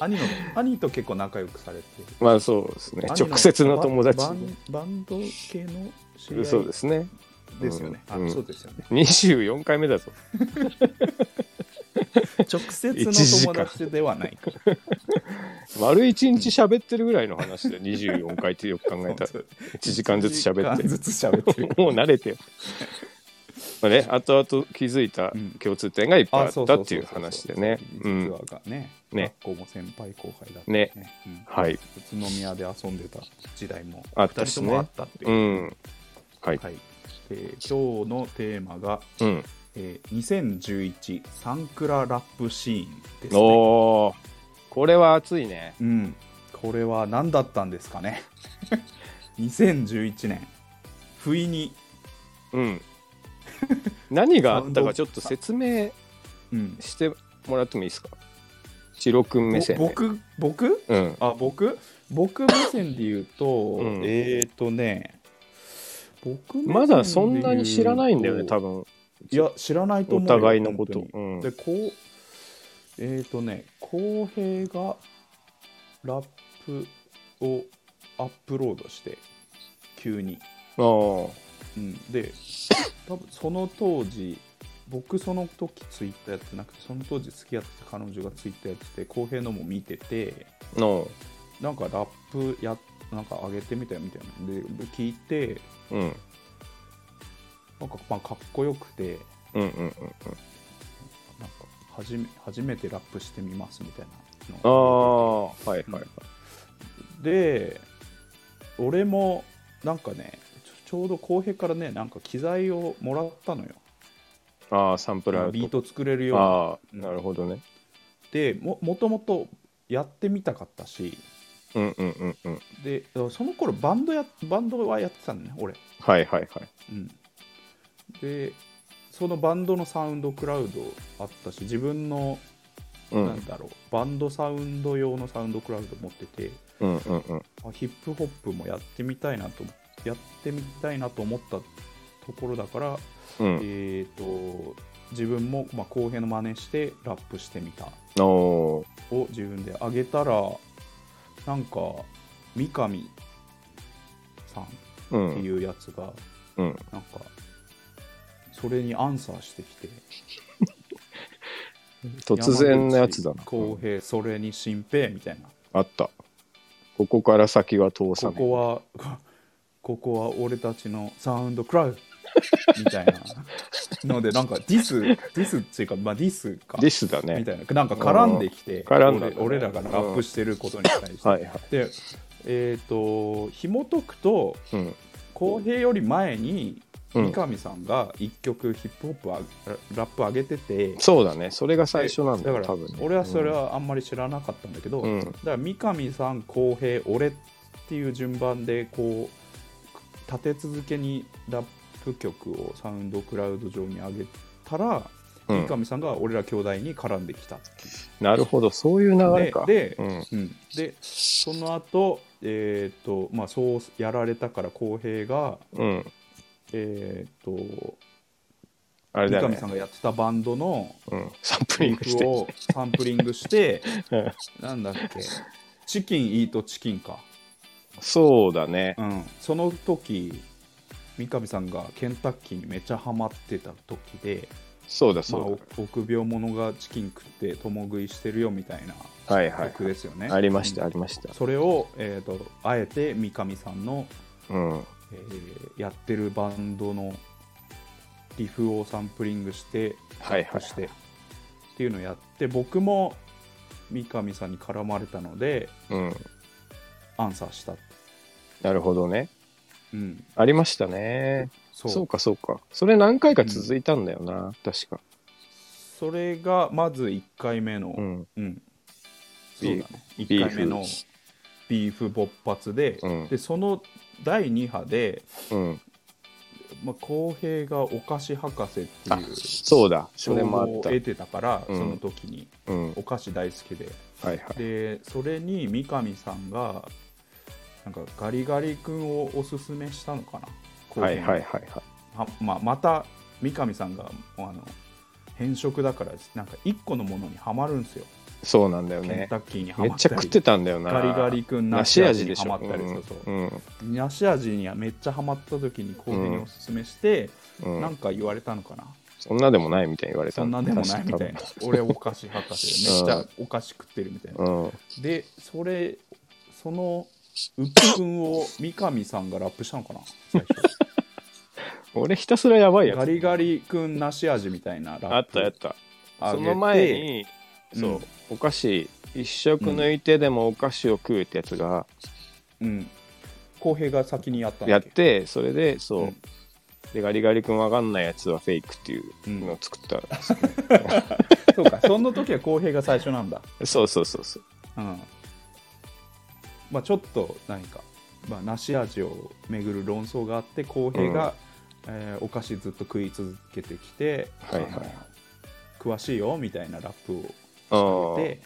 A: 兄の兄と結構仲良くされてる
B: まあそうですね直接の友達
A: バンバンバンド系の知り合い
B: そうですね
A: ですよね、
B: うん
A: あそうですよね
B: 24回目だぞ
A: 直接の友達ではないか
B: 丸一日喋ってるぐらいの話で24回ってよく考えたら1 時間ずつ喋って
A: 1時間ずつ喋ってる
B: もう慣れてよ。まあね、後々気づいた共通点がいっぱいあったっていう話でね。う
A: 実は
B: ん。
A: がね、
B: ね
A: 学校も先輩後輩だった
B: ね
A: うん
B: はい。
A: 宇都宮で遊んでた時代も
B: あっ
A: 二
B: た
A: 人
B: し
A: と
B: ね
A: もあったっていう、
B: うん。はい。
A: はいで今日のテーマが、
B: うん。
A: えー、2011サンクララップシーンです、ね、
B: おーこれは熱いね。
A: うん、これは何だったんですかね 2011年不意に、
B: うん。何があったかちょっと説明
A: うん、
B: してもらってもいいですか白くん目線
A: ぼ
B: で。
A: 僕僕
B: うん。
A: あ僕僕目線で言うと、
B: ん
A: えっ、ー、とね僕目線で言うと
B: まだそんなに知らないんだよね、多分。
A: いや知らないと思うよ
B: お互いのこと
A: 本当に
B: うん
A: でこうえっ、ー、とね浩平がラップをアップロードして急に
B: ああ。
A: うん、で多分その当時僕その時ツイッターやってなくてその当時付き合ってた彼女がツイッターやってて浩平のも見てて
B: の。
A: なんかラップやなんか上げてみたよみたいなで聞いて
B: うん。
A: なんかまあかっこよくて
B: うんうんうん
A: なんか初め初めてラップしてみますみたいな
B: あ
A: の
B: あはいはいはい
A: で俺もなんかねちょちょうど浩平からねなんか機材をもらったのよ
B: ああサンプラー
A: ビート作れるような
B: ああなるほどね
A: でももともとやってみたかったし
B: うんうんうんうん
A: でその頃バンドやバンドはやってたのね俺、
B: はいはいはい
A: うん、でそのバンドのサウンドクラウドあったし自分の、
B: うん
A: なんだろうバンドサウンド用のサウンドクラウド持ってて
B: うんうんうん
A: あヒップホップもやってみたいなとやってみたいなと思ったところだから、
B: うん
A: えっ、と自分も、まあ、公平の真似してラップしてみた
B: おー
A: を自分で上げたらなんか三上さん
B: う
A: って
B: ん。
A: いうやつが、
B: うん。
A: なんかそれにアンサーしてきて
B: 突然のやつだな
A: 山。口公平それに新平みたいな
B: あった。ここから先は通
A: こ
B: さない。
A: こはこここは俺たちのサウンドクラウドみたいなのでなんかディスディスっていうかまあディスか
B: ですだね
A: み。たいななんか絡んできて
B: うん絡んだね
A: 俺俺らがラップしてることに対して、
B: はいはい。
A: でえっ、と紐解くと
B: うん。
A: 浩平より前に三
B: うん、
A: 上さんが一曲ヒップホップあラップ上げてて
B: そうだね。それが最初なんだよ、
A: だか
B: 多
A: ら
B: 分、ね。
A: 俺はそれはあんまり知らなかったんだけど、
B: うん
A: だから三上さん浩平俺っていう順番でこう立て続けにラップ曲をサウンドクラウド上に上げたら、
B: うん、う
A: 三
B: ん。
A: 上さんが俺ら兄弟に絡んできたっていう
B: なるほど、そういう流れか。
A: でで
B: うん、
A: うん、でその後、えーとまあそうやられたから浩平が、
B: うん。
A: えー、と
B: あれだ
A: 三上
B: よね
A: さ。んがやってたバンドの
B: うん。サンプリングし
A: 曲
B: てる。
A: をサンプリングして
B: うん
A: なんだっけチキンイートチキンか、
B: そうだね。
A: うん、その時三上さんがケンタッキーにめちゃハマってた時で、
B: そうだ、
A: まあ、
B: そう
A: お臆病者がチキン食って共食いしてるよみたい
B: だ。はい
A: な
B: はい。
A: 曲ですよね、
B: ありました、
A: う
B: あ
A: ん
B: りました。
A: それを、えー、とあえて三上さんの
B: うん。
A: えーやってるバンドのリフをサンプリングして、
B: はい
A: そ
B: はい。
A: してっていうのをやって、僕も三上さんに絡まれたので、
B: うん。
A: アンサーした。
B: なるほどね。
A: うん、
B: ありましたね。
A: そ
B: そううか、そうか。それ何回か続いたんだよな、確か。
A: それがまず1回目の、う
B: うんん。
A: そうだね、1回目のビーフ勃発で,、
B: うん
A: でその第2波で
B: うん。
A: まあ、浩平がお菓子博士って
B: あ
A: いう、
B: そうだ。そ
A: 称
B: れ
A: 号
B: もあ
A: を
B: った。
A: 得てたから、
B: うん
A: その時に
B: うん。
A: お菓子大好きで。
B: はいはい。
A: でそれに三上さんがなんかガリガリ君をおすすめしたのかな後
B: はい
A: 編
B: はいはいはい。
A: はまあ、また三上さんがあの変色だからなんか一個のものにはまるんですよ、
B: そうなんだよ
A: ケン
B: ね。
A: タッキーには
B: めっ
A: まっ
B: ちゃ
A: た
B: 食っ
A: り
B: てたんだよな。
A: ガリガリ君
B: 梨
A: 梨
B: 味
A: 味
B: で
A: に
B: し
A: は
B: ょ。
A: まったりそうそううん
B: うん
A: 梨味にはめっちゃはまった時に後編におすすめして、
B: うん
A: なんか言われたのかな、
B: そんなでもないみたいに言われた
A: そんなでもないみたいな。俺お菓子博士めっち
B: う
A: ゃ
B: ん
A: お菓子食ってるみたいな
B: 確かうん。
A: でそれそのうっぷんを三上さんがラップしたのかな最初
B: 俺ひたすらや ばいやつ。
A: ガリガリ君梨味みたいなラップ
B: あったあった。
A: あげ
B: そ
A: て
B: の前に、
A: うん
B: そう、お菓子、一食抜いてでもお菓子を食うってやつが
A: うん浩平が先にやったん
B: や
A: だ
B: っ
A: け
B: て、それで、そう、
A: うん
B: でガリガリ君わかんないやつはフェイクっていうのを作った。
A: そうかその時は浩平が最初なんだ
B: そうそうそうそう。
A: うんまあちょっと何か、まあ、梨味をめぐる論争があって浩平が、えーお菓子ずっと食い続けてきて、
B: はいはい
A: あの詳しいよみたいなラップを
B: ああ
A: で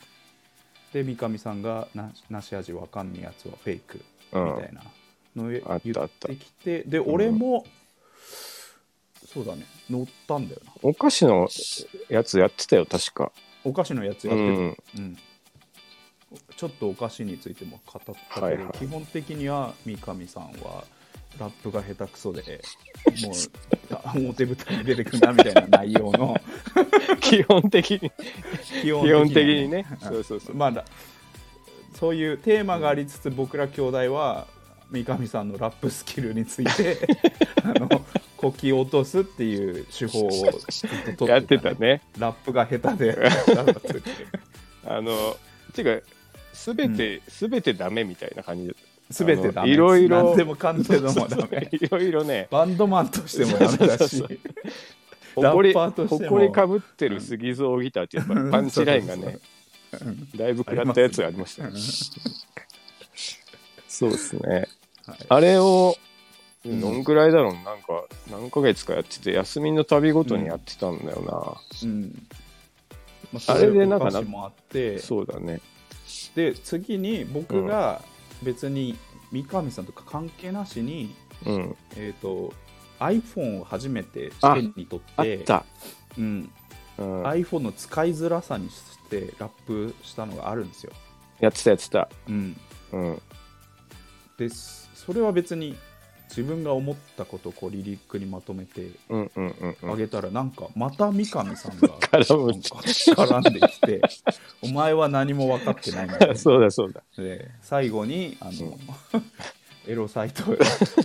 A: で三上さんがな「梨味わかんねえやつはフェイク」
B: う
A: み
B: ん
A: たいなのを言
B: あったあ
A: っ
B: った
A: てきてで俺も、そうだね乗ったんだよな
B: お菓子のやつやってたよ、確か。
A: お菓子のやつや
B: う
A: って
B: ん。
A: た、うんちょっとお菓子についても語ったけど、
B: はいはい
A: 基本的には三上さんはラップが下手くそでもう表舞台に出てくるなみたいな内容 の
B: 基本的に。
A: 基本
B: 基本的
A: な
B: にね。そうそうそう。
A: まあだそういうテーマがありつつ僕ら兄弟は三上さんのラップスキルについ てあのこき落とすっていう手法をずっと取
B: やってたね。
A: ラップが下手で ラップする
B: あの、ていうか、すべて、すべてダメみたいな感じだ
A: 全てダメ
B: いろいろ
A: 何でもかんでもダメ
B: いろいろね、
A: バンドマンとしてもダメだし
B: そうそう誇り、
A: ラッパーとしても
B: 誇りかぶってる杉蔵ギターってやっぱりパンチラインがね、だいぶ食らったやつがありましたね。そうですね。
A: はい
B: あれを、
A: ん
B: どんくらいだろう、なんか、何ヶ月かやってて、休みの旅ごとにやってたんだよな。
A: うんま
B: あれでなんかな
A: そういうお菓子もあって
B: そうだね。
A: で次に僕が別に三上さんとか関係なしに、
B: うん。
A: えー、と iPhone を初めて手に取って
B: あった。
A: うん、
B: うん、
A: iPhone の使いづらさにしてラップしたのがあるんですよ。
B: やってたやってた。
A: うん、
B: うん。
A: ですそれは別に自分が思ったことをこうリリックにまとめて
B: うんうんうんう
A: あ
B: ん。
A: げたらなんかまた三上さんが
B: 絡む」
A: なんか絡んできて「お前は何も分かってないんだよ
B: そうだそうだ。
A: で最後にあの、
B: う
A: エロサイト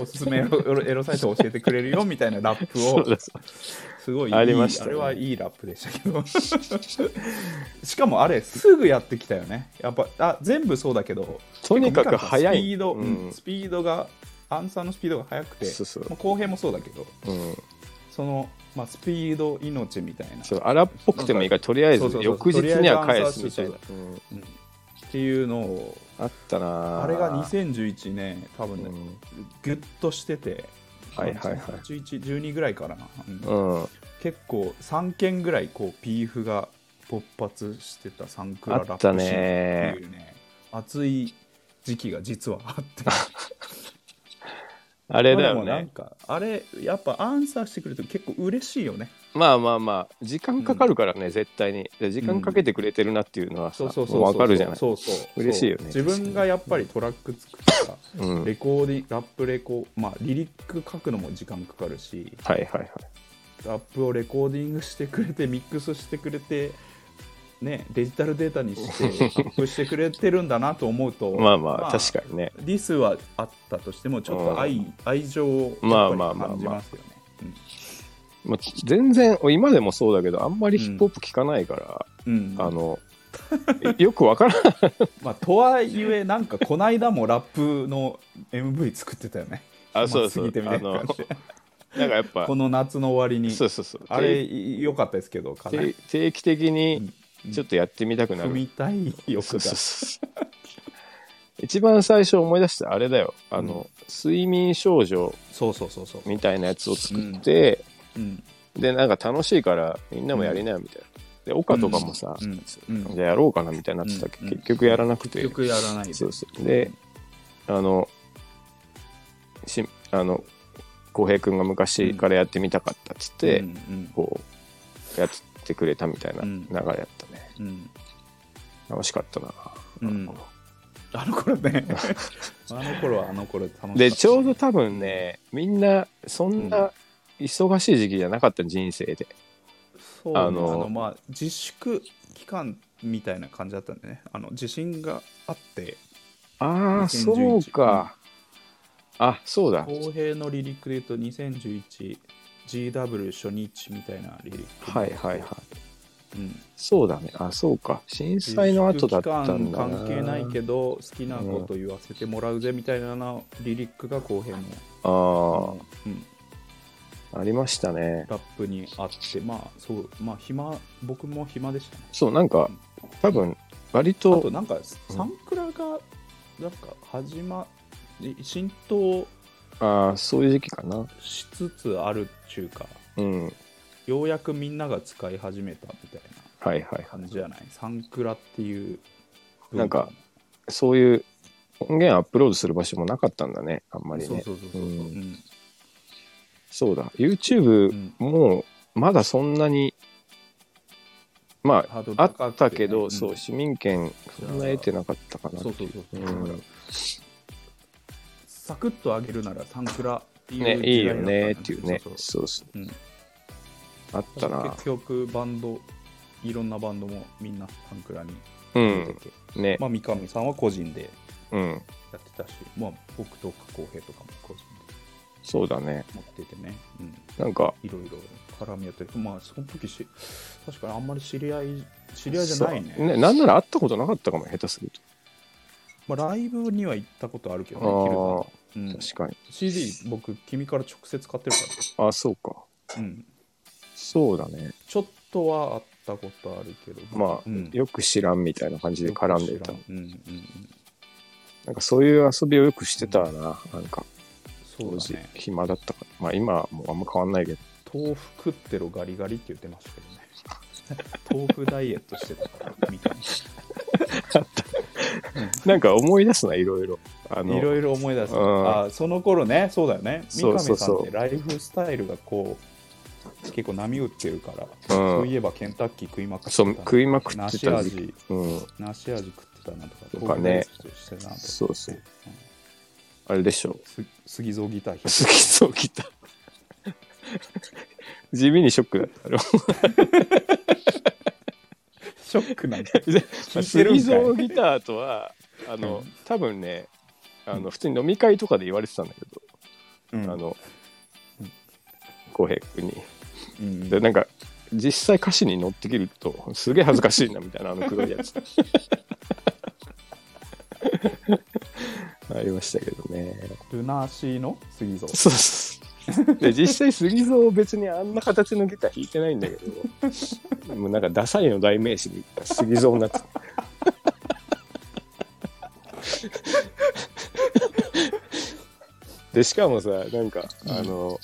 A: おすすめエロ エロサイト教えてくれるよみたいなラップ
B: そ
A: を
B: うだそう
A: すごいいい
B: ありましたね
A: あれはいいラップでしたけど しかもあれすぐやってきたよねやっぱあ全部そうだけど
B: とにかく速い
A: スピード、
B: う
A: うんんスピードがアンサーのスピードが速くて
B: そうそう
A: まあ、後編もそうだけど
B: だ。うん。
A: その、まあ、スピード命みたいな
B: そう荒っぽくてもいいからとりあえず
A: そうそうそう
B: 翌日には返すみたいな
A: とりあえずアンサーし、
B: うん
A: うんっていうのを
B: あったなぁ
A: あれが2011年多分ね、
B: うん
A: ギュッとしてて、
B: はいはいはい
A: 11、12ぐらいかな、うん
B: うん
A: 結構3件ぐらいこう PF が勃発してたサンクララップシーンっていうね熱い時期が実はあって
B: あれだ
A: ま
B: よ
A: あでもなん
B: ね
A: かあれやっぱアンサーしてくれると結構嬉しいよね
B: まあまあまあ時間かかるからね、絶対にで時間かけてくれてるなっていうのはさ、もう分かるじゃない
A: そうそう
B: 嬉しいよね
A: 自分がやっぱりトラック作ってさ
B: うん、はい
A: レコーディラップレコまあリリック書くのも時間かかるし
B: はいはい
A: ラップをレコーディングしてくれてミックスしてくれてねデジタルデータに してアップしてくれてるんだなと思うと
B: まあまあ、確かにね
A: ディスはあったとしてもちょっと愛,、愛情を
B: ま
A: や
B: あ
A: っ
B: ま
A: ぱり
B: あまあまあ
A: 感じますよね
B: まあ全然今でもそうだけどあんまりヒップホップ聞かないから、
A: うん
B: あの よくわから ない
A: まあ、とはいえなんかこないだもラップの MV 作ってたよね
B: あそうそう
A: 暇すぎてみたいな感じで
B: なんかやっぱ
A: この夏の終わりに
B: そうそうそう
A: あれ良かったですけどかな
B: 定
A: り
B: 定期的に
A: うん
B: ちょっとやってみたくなる、
A: 踏みたい欲
B: そう
A: が
B: そうそうそう 一番最初思い出したあれだよあの、睡眠少女
A: そうそうそうそう
B: みたいなやつを作って、
A: うん
B: でなんか楽しいからみんなもやりなよみたいな、で岡とかもさ、
A: うんうん
B: じゃあやろうかなみたいになってたけど、
A: うん
B: 結局やらなくて、
A: 結局やらないで
B: そうそうであのしあの浩平君が昔からやってみたかったっつって、
A: うんうん
B: こうやってくれたみたいな
A: うん
B: 流れやったね、
A: うん
B: 楽しかったな、
A: うんあの頃ね あの頃はあの頃楽しかった
B: でちょうど多分ねみんなそんな忙しい時期じゃなかった人生で
A: そうね
B: あ
A: あ
B: の
A: のまあ自粛期間みたいな感じだったんでねあの地震があって
B: ああ
A: 2011
B: そうかあそうだ
A: 公平のリリックで言うと 2011GW 初日みたいなリリック
B: はいはいはい
A: うん、
B: そうだねあそうか震災の後だった
A: 自粛
B: ん
A: 期
B: だ
A: 間
B: な
A: 関係ないけど好きなこと言わせてもらうぜみたいなのリリックが公平の
B: あ
A: うん、
B: あありましたね
A: ラップにあってまあそうまあ暇僕も暇でしたね
B: そうなんか多分割
A: あと
B: と
A: なんかサンクラがなんか始まり浸透
B: ああそういう時期かな
A: しつつあるっちゅうか
B: うんはい
A: ようやくみんなが使い始めたみたいな
B: はいはい
A: 感じじゃないサンクラっていう文化
B: なんかそういう音源アップロードする場所もなかったんだねあんまり
A: そう
B: ね
A: そうそうそう、
B: う
A: うんん
B: そうだ YouTube
A: うん
B: もうまだそんなにま
A: ハードル
B: ああ
A: 高くてね
B: ったけど、
A: ん
B: そう市民権そんな得てなかったかな
A: そうそうそうそう、
B: うん
A: だからサクッと上げるならサンクラっていう
B: ねいいよねっていうね
A: そうそ
B: そうそう
A: うん
B: あったな
A: 結局バンドいろんなバンドもみんなサンクラに
B: う
A: 出て
B: ん
A: て、
B: ね
A: まあ三上さんは個人で
B: うん
A: やってたし、まあ、僕とか浩平とかも個人
B: そうだね
A: で持っててね、うん、
B: なんか
A: いろいろ絡み合ってまあその時し確かにあんまり知り合い知り合いじゃないね
B: そうなんなら会ったことなかったかも下手する
A: まあ、ライブには行ったことあるけどねキルさんうん、
B: とああ確かに
A: CD 僕君から直接買ってるか、
B: あそうから
A: うん、
B: そうだね
A: ちょっとはあったことあるけど
B: まあ、
A: うん
B: よく知らんみたいな感じで絡んでた
A: よく知らんうんうんうん
B: なんかそういう遊びをよくしてたななんか
A: そ
B: 当
A: うだ
B: 時
A: ね
B: 暇だったからまあ今はもうあんま変わんない けど
A: 豆腐食ってろガリガリって言ってましたけどね豆腐ダイエットしてたからみたい
B: なんか思い出すないろいろ あ
A: な
B: の
A: いろいろ思い出す
B: うん
A: あその頃ねそうだよね
B: そ
A: 三
B: う
A: 上
B: そう
A: さん
B: そう
A: ってライフスタイルがこう結構波打ってるから、
B: ん
A: そういえばケンタッキー食いまくってた
B: そう
A: な
B: 食いまくってた
A: 梨
B: 時期
A: 味
B: うん
A: 梨味食ってたなとか
B: とかね
A: 豆腐してたなとか
B: そうそうあれでしょ
A: す杉蔵ギター弾 いて
B: 好きそうきた 地味にショックだったあれは
A: ショックなん だ
B: ス
A: てるんかい
B: リゾーギターとはあの、
A: うん
B: 多分ねあの普通に飲み会とかで言われてたんだけど、
A: うん
B: あの浩平君に。
A: うん
B: でなんか実際歌詞に乗ってくるとすげえ恥ずかしいなみたいなあの黒いやつありましたけどね
A: ルナーシーの杉蔵
B: そうそうで実際杉蔵別にあんな形のギター弾いてないんだけ どもうなんかダサいの代名詞に杉蔵になってたでしかもさなんかあの、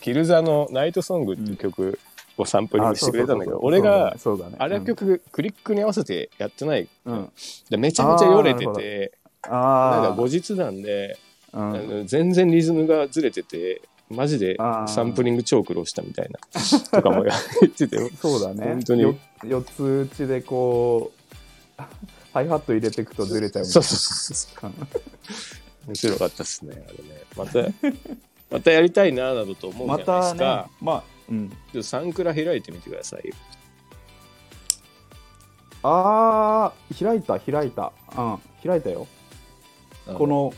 B: キルザの「ナイトソング」っていう曲をサンプルにしてくれたんだけど、俺が
A: そうだねそうだね
B: あれは曲クリックに合わせてやってない
A: うんうん
B: でめちゃめちゃよれて
A: あーな
B: てなんか
A: あ
B: 後日談で
A: あう
B: あ
A: ん
B: の全然リズムがずれててマジで
A: あー
B: サンプリング超苦労したみたいな とかも言ってて
A: そうだね
B: 本当に
A: よ四つ打ちでこう ハイハット入れていくとずれちゃうみたい
B: そ
A: う
B: そうそうそう
A: な
B: 面白かったっすねあれねまた またやりたいななどと思う
A: ま
B: じゃないで
A: た
B: す
A: ね
B: か、
A: まあうん
B: ちょっとサンクラ開いてみてくださいよ
A: あー開いた開いたうん開いたよ
B: あ
A: この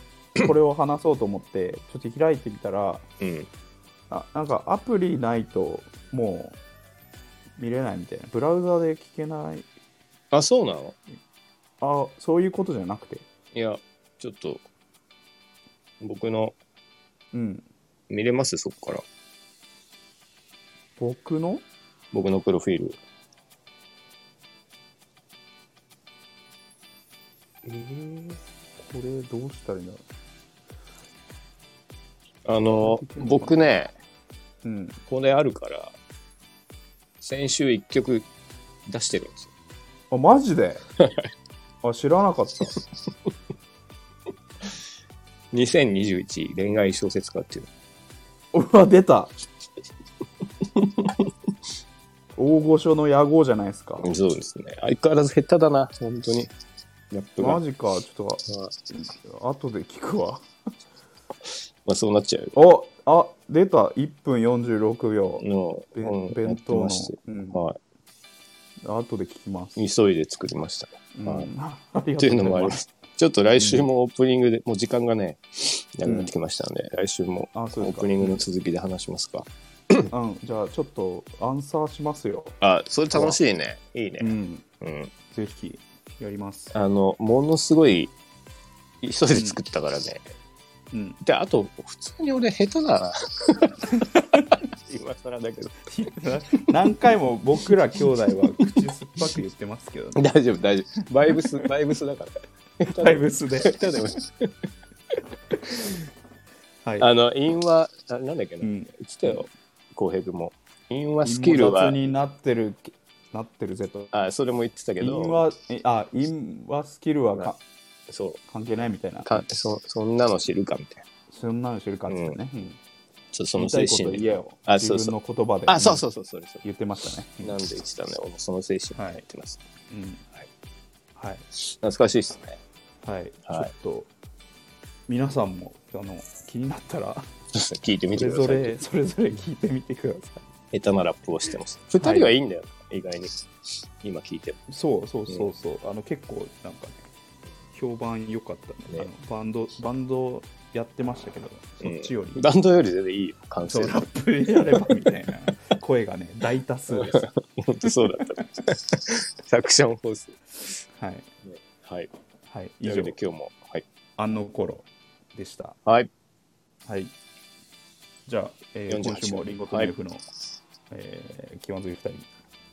A: これを話そうと思ってちょっと開いてみたら
B: うん
A: あなんかアプリないともう見れないみたいなブラウザで聞けない
B: あそうなの
A: あそういうことじゃなくて
B: いやちょっと僕の
A: うん
B: 見れますそこから
A: 僕の
B: 僕のプロフィール
A: えー、これどうしたらいいんだろ
B: あの僕ね
A: ううん
B: これあるから先週1曲出してるんですよ
A: あマジ であ知らなかった
B: 2021恋愛小説家っていう
A: うわ出た 大御所の野号じゃないですか
B: のそうですね相変わらず下手だな本当にやっぱ
A: マ
B: ま
A: ジかちょっ
B: あ、
A: と後で聞くわ
B: まあ、そうなっちゃうよ
A: おあ出た1分46秒、
B: の、
A: べ
B: うん、やっ
A: 弁
B: て
A: 当の
B: まして、、
A: うん、
B: は
A: 後で聞きます、
B: い、急いで作りました
A: うん
B: はい
A: ありが
B: って
A: と
B: いう
A: う
B: のも
A: ご
B: あ
A: ざい
B: りま
A: ます
B: す。ちょっと来週もオープニングで、もう時間がね、なくなってきましたので、来週も
A: あ
B: オ
A: そう
B: ー
A: ですか
B: プニングの続きで話しますか。
A: うん、じゃあちょっとアンサーしますよ、
B: あ、それ楽しいね。いいね
A: う。ん、
B: うん。
A: ぜひやります、
B: あの、ものすごい、急いで作ったからね。
A: うん、
B: で、あと、普通に俺下手だな。今更だけど。
A: 何回も僕ら兄弟は口酸っぱく言ってますけどね
B: 大丈夫、大丈夫。バイブス、バイブスだから。下手
A: ラ
B: で
A: イ
B: も
A: ブスで
B: 下手でも。
A: はい
B: あの、韻は、あなんだっけ
A: う
B: な。言
A: ん
B: ってたよ、浩平君も。韻はスキル
A: 陰謀雑
B: は、
A: になってるなってるぜと
B: あ、それも言ってたけ
A: イ
B: ど。
A: ンはえあインはスキルはか
B: そ
A: 関係ないみたいうな
B: かそそんなの知るかみたいな
A: そんなの知るかってね、うん
B: ちょっとそ
A: 言
B: の
A: いた
B: 精
A: いこと
B: 神
A: 言えよ
B: あそう
A: 自
B: そ
A: 分
B: う
A: の言葉で
B: あそう
A: う
B: そうそうそれそ
A: ん言ってましたね
B: れなんで言ってたのよ俺もその精神入ってます、
A: うんはい
B: 懐かしいですね
A: はい、
B: はい
A: ちょっと皆さんもあの気になったら
B: 聞いてみ
A: そ
B: て
A: れ
B: くだ
A: ぞ
B: さい
A: れそれぞれ聞いてみてくださ
B: 下手なラップをしてます2人はいいんだよ、意外に今聞いても
A: いそうそうそうそう、あの結構なんかね評判良かったね
B: ね
A: あのバンドバンドやってましたけどそっちより、
B: うんバンドより全然いいよ完成
A: そうラップやればみたいな声がね大多数です
B: 本当そうだったね 作詞もホース
A: はい
B: はい
A: はい
B: 以
A: 以
B: 上
A: 上
B: で今日もはい、
A: あの頃でした
B: はい、
A: はいじゃあ、えー
B: 48
A: 今週もリンゴとナイフの、えー気まずい2人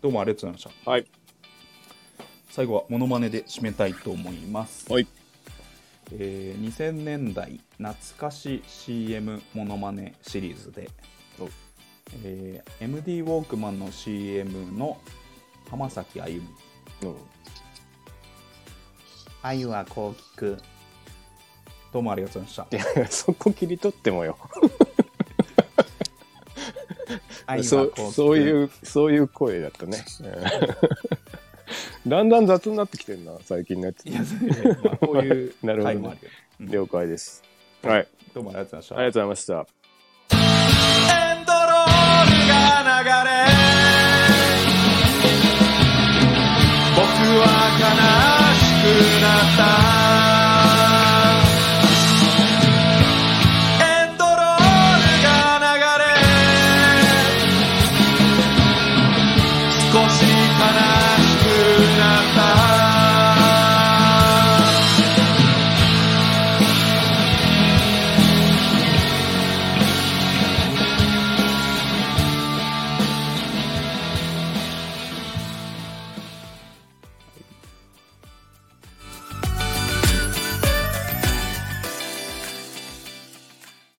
A: どうもありがとうございました
B: はい
A: 最後はモノマネで締めたいと思います、
B: はい
A: えー2000年代懐かし CM モノマネシリーズで、えー MD ウォークマンの CM の浜崎あゆみ
B: うん
A: あゆはこう聞くどうもありがとうございました
B: いやそこ切り取ってもよ
A: 愛
B: そ
A: は
B: う
A: こう
B: そ
A: う
B: ういう、そういう声だった ね。うんだんだん雑になってきてるな、最近のやつ
A: い。やそういうねまあこういう
B: なるほどね
A: 回もあるようん
B: 了解です。はい。
A: どうもありがとうございました
B: ありがとうございました。
C: エンドロールが流れ僕は悲しく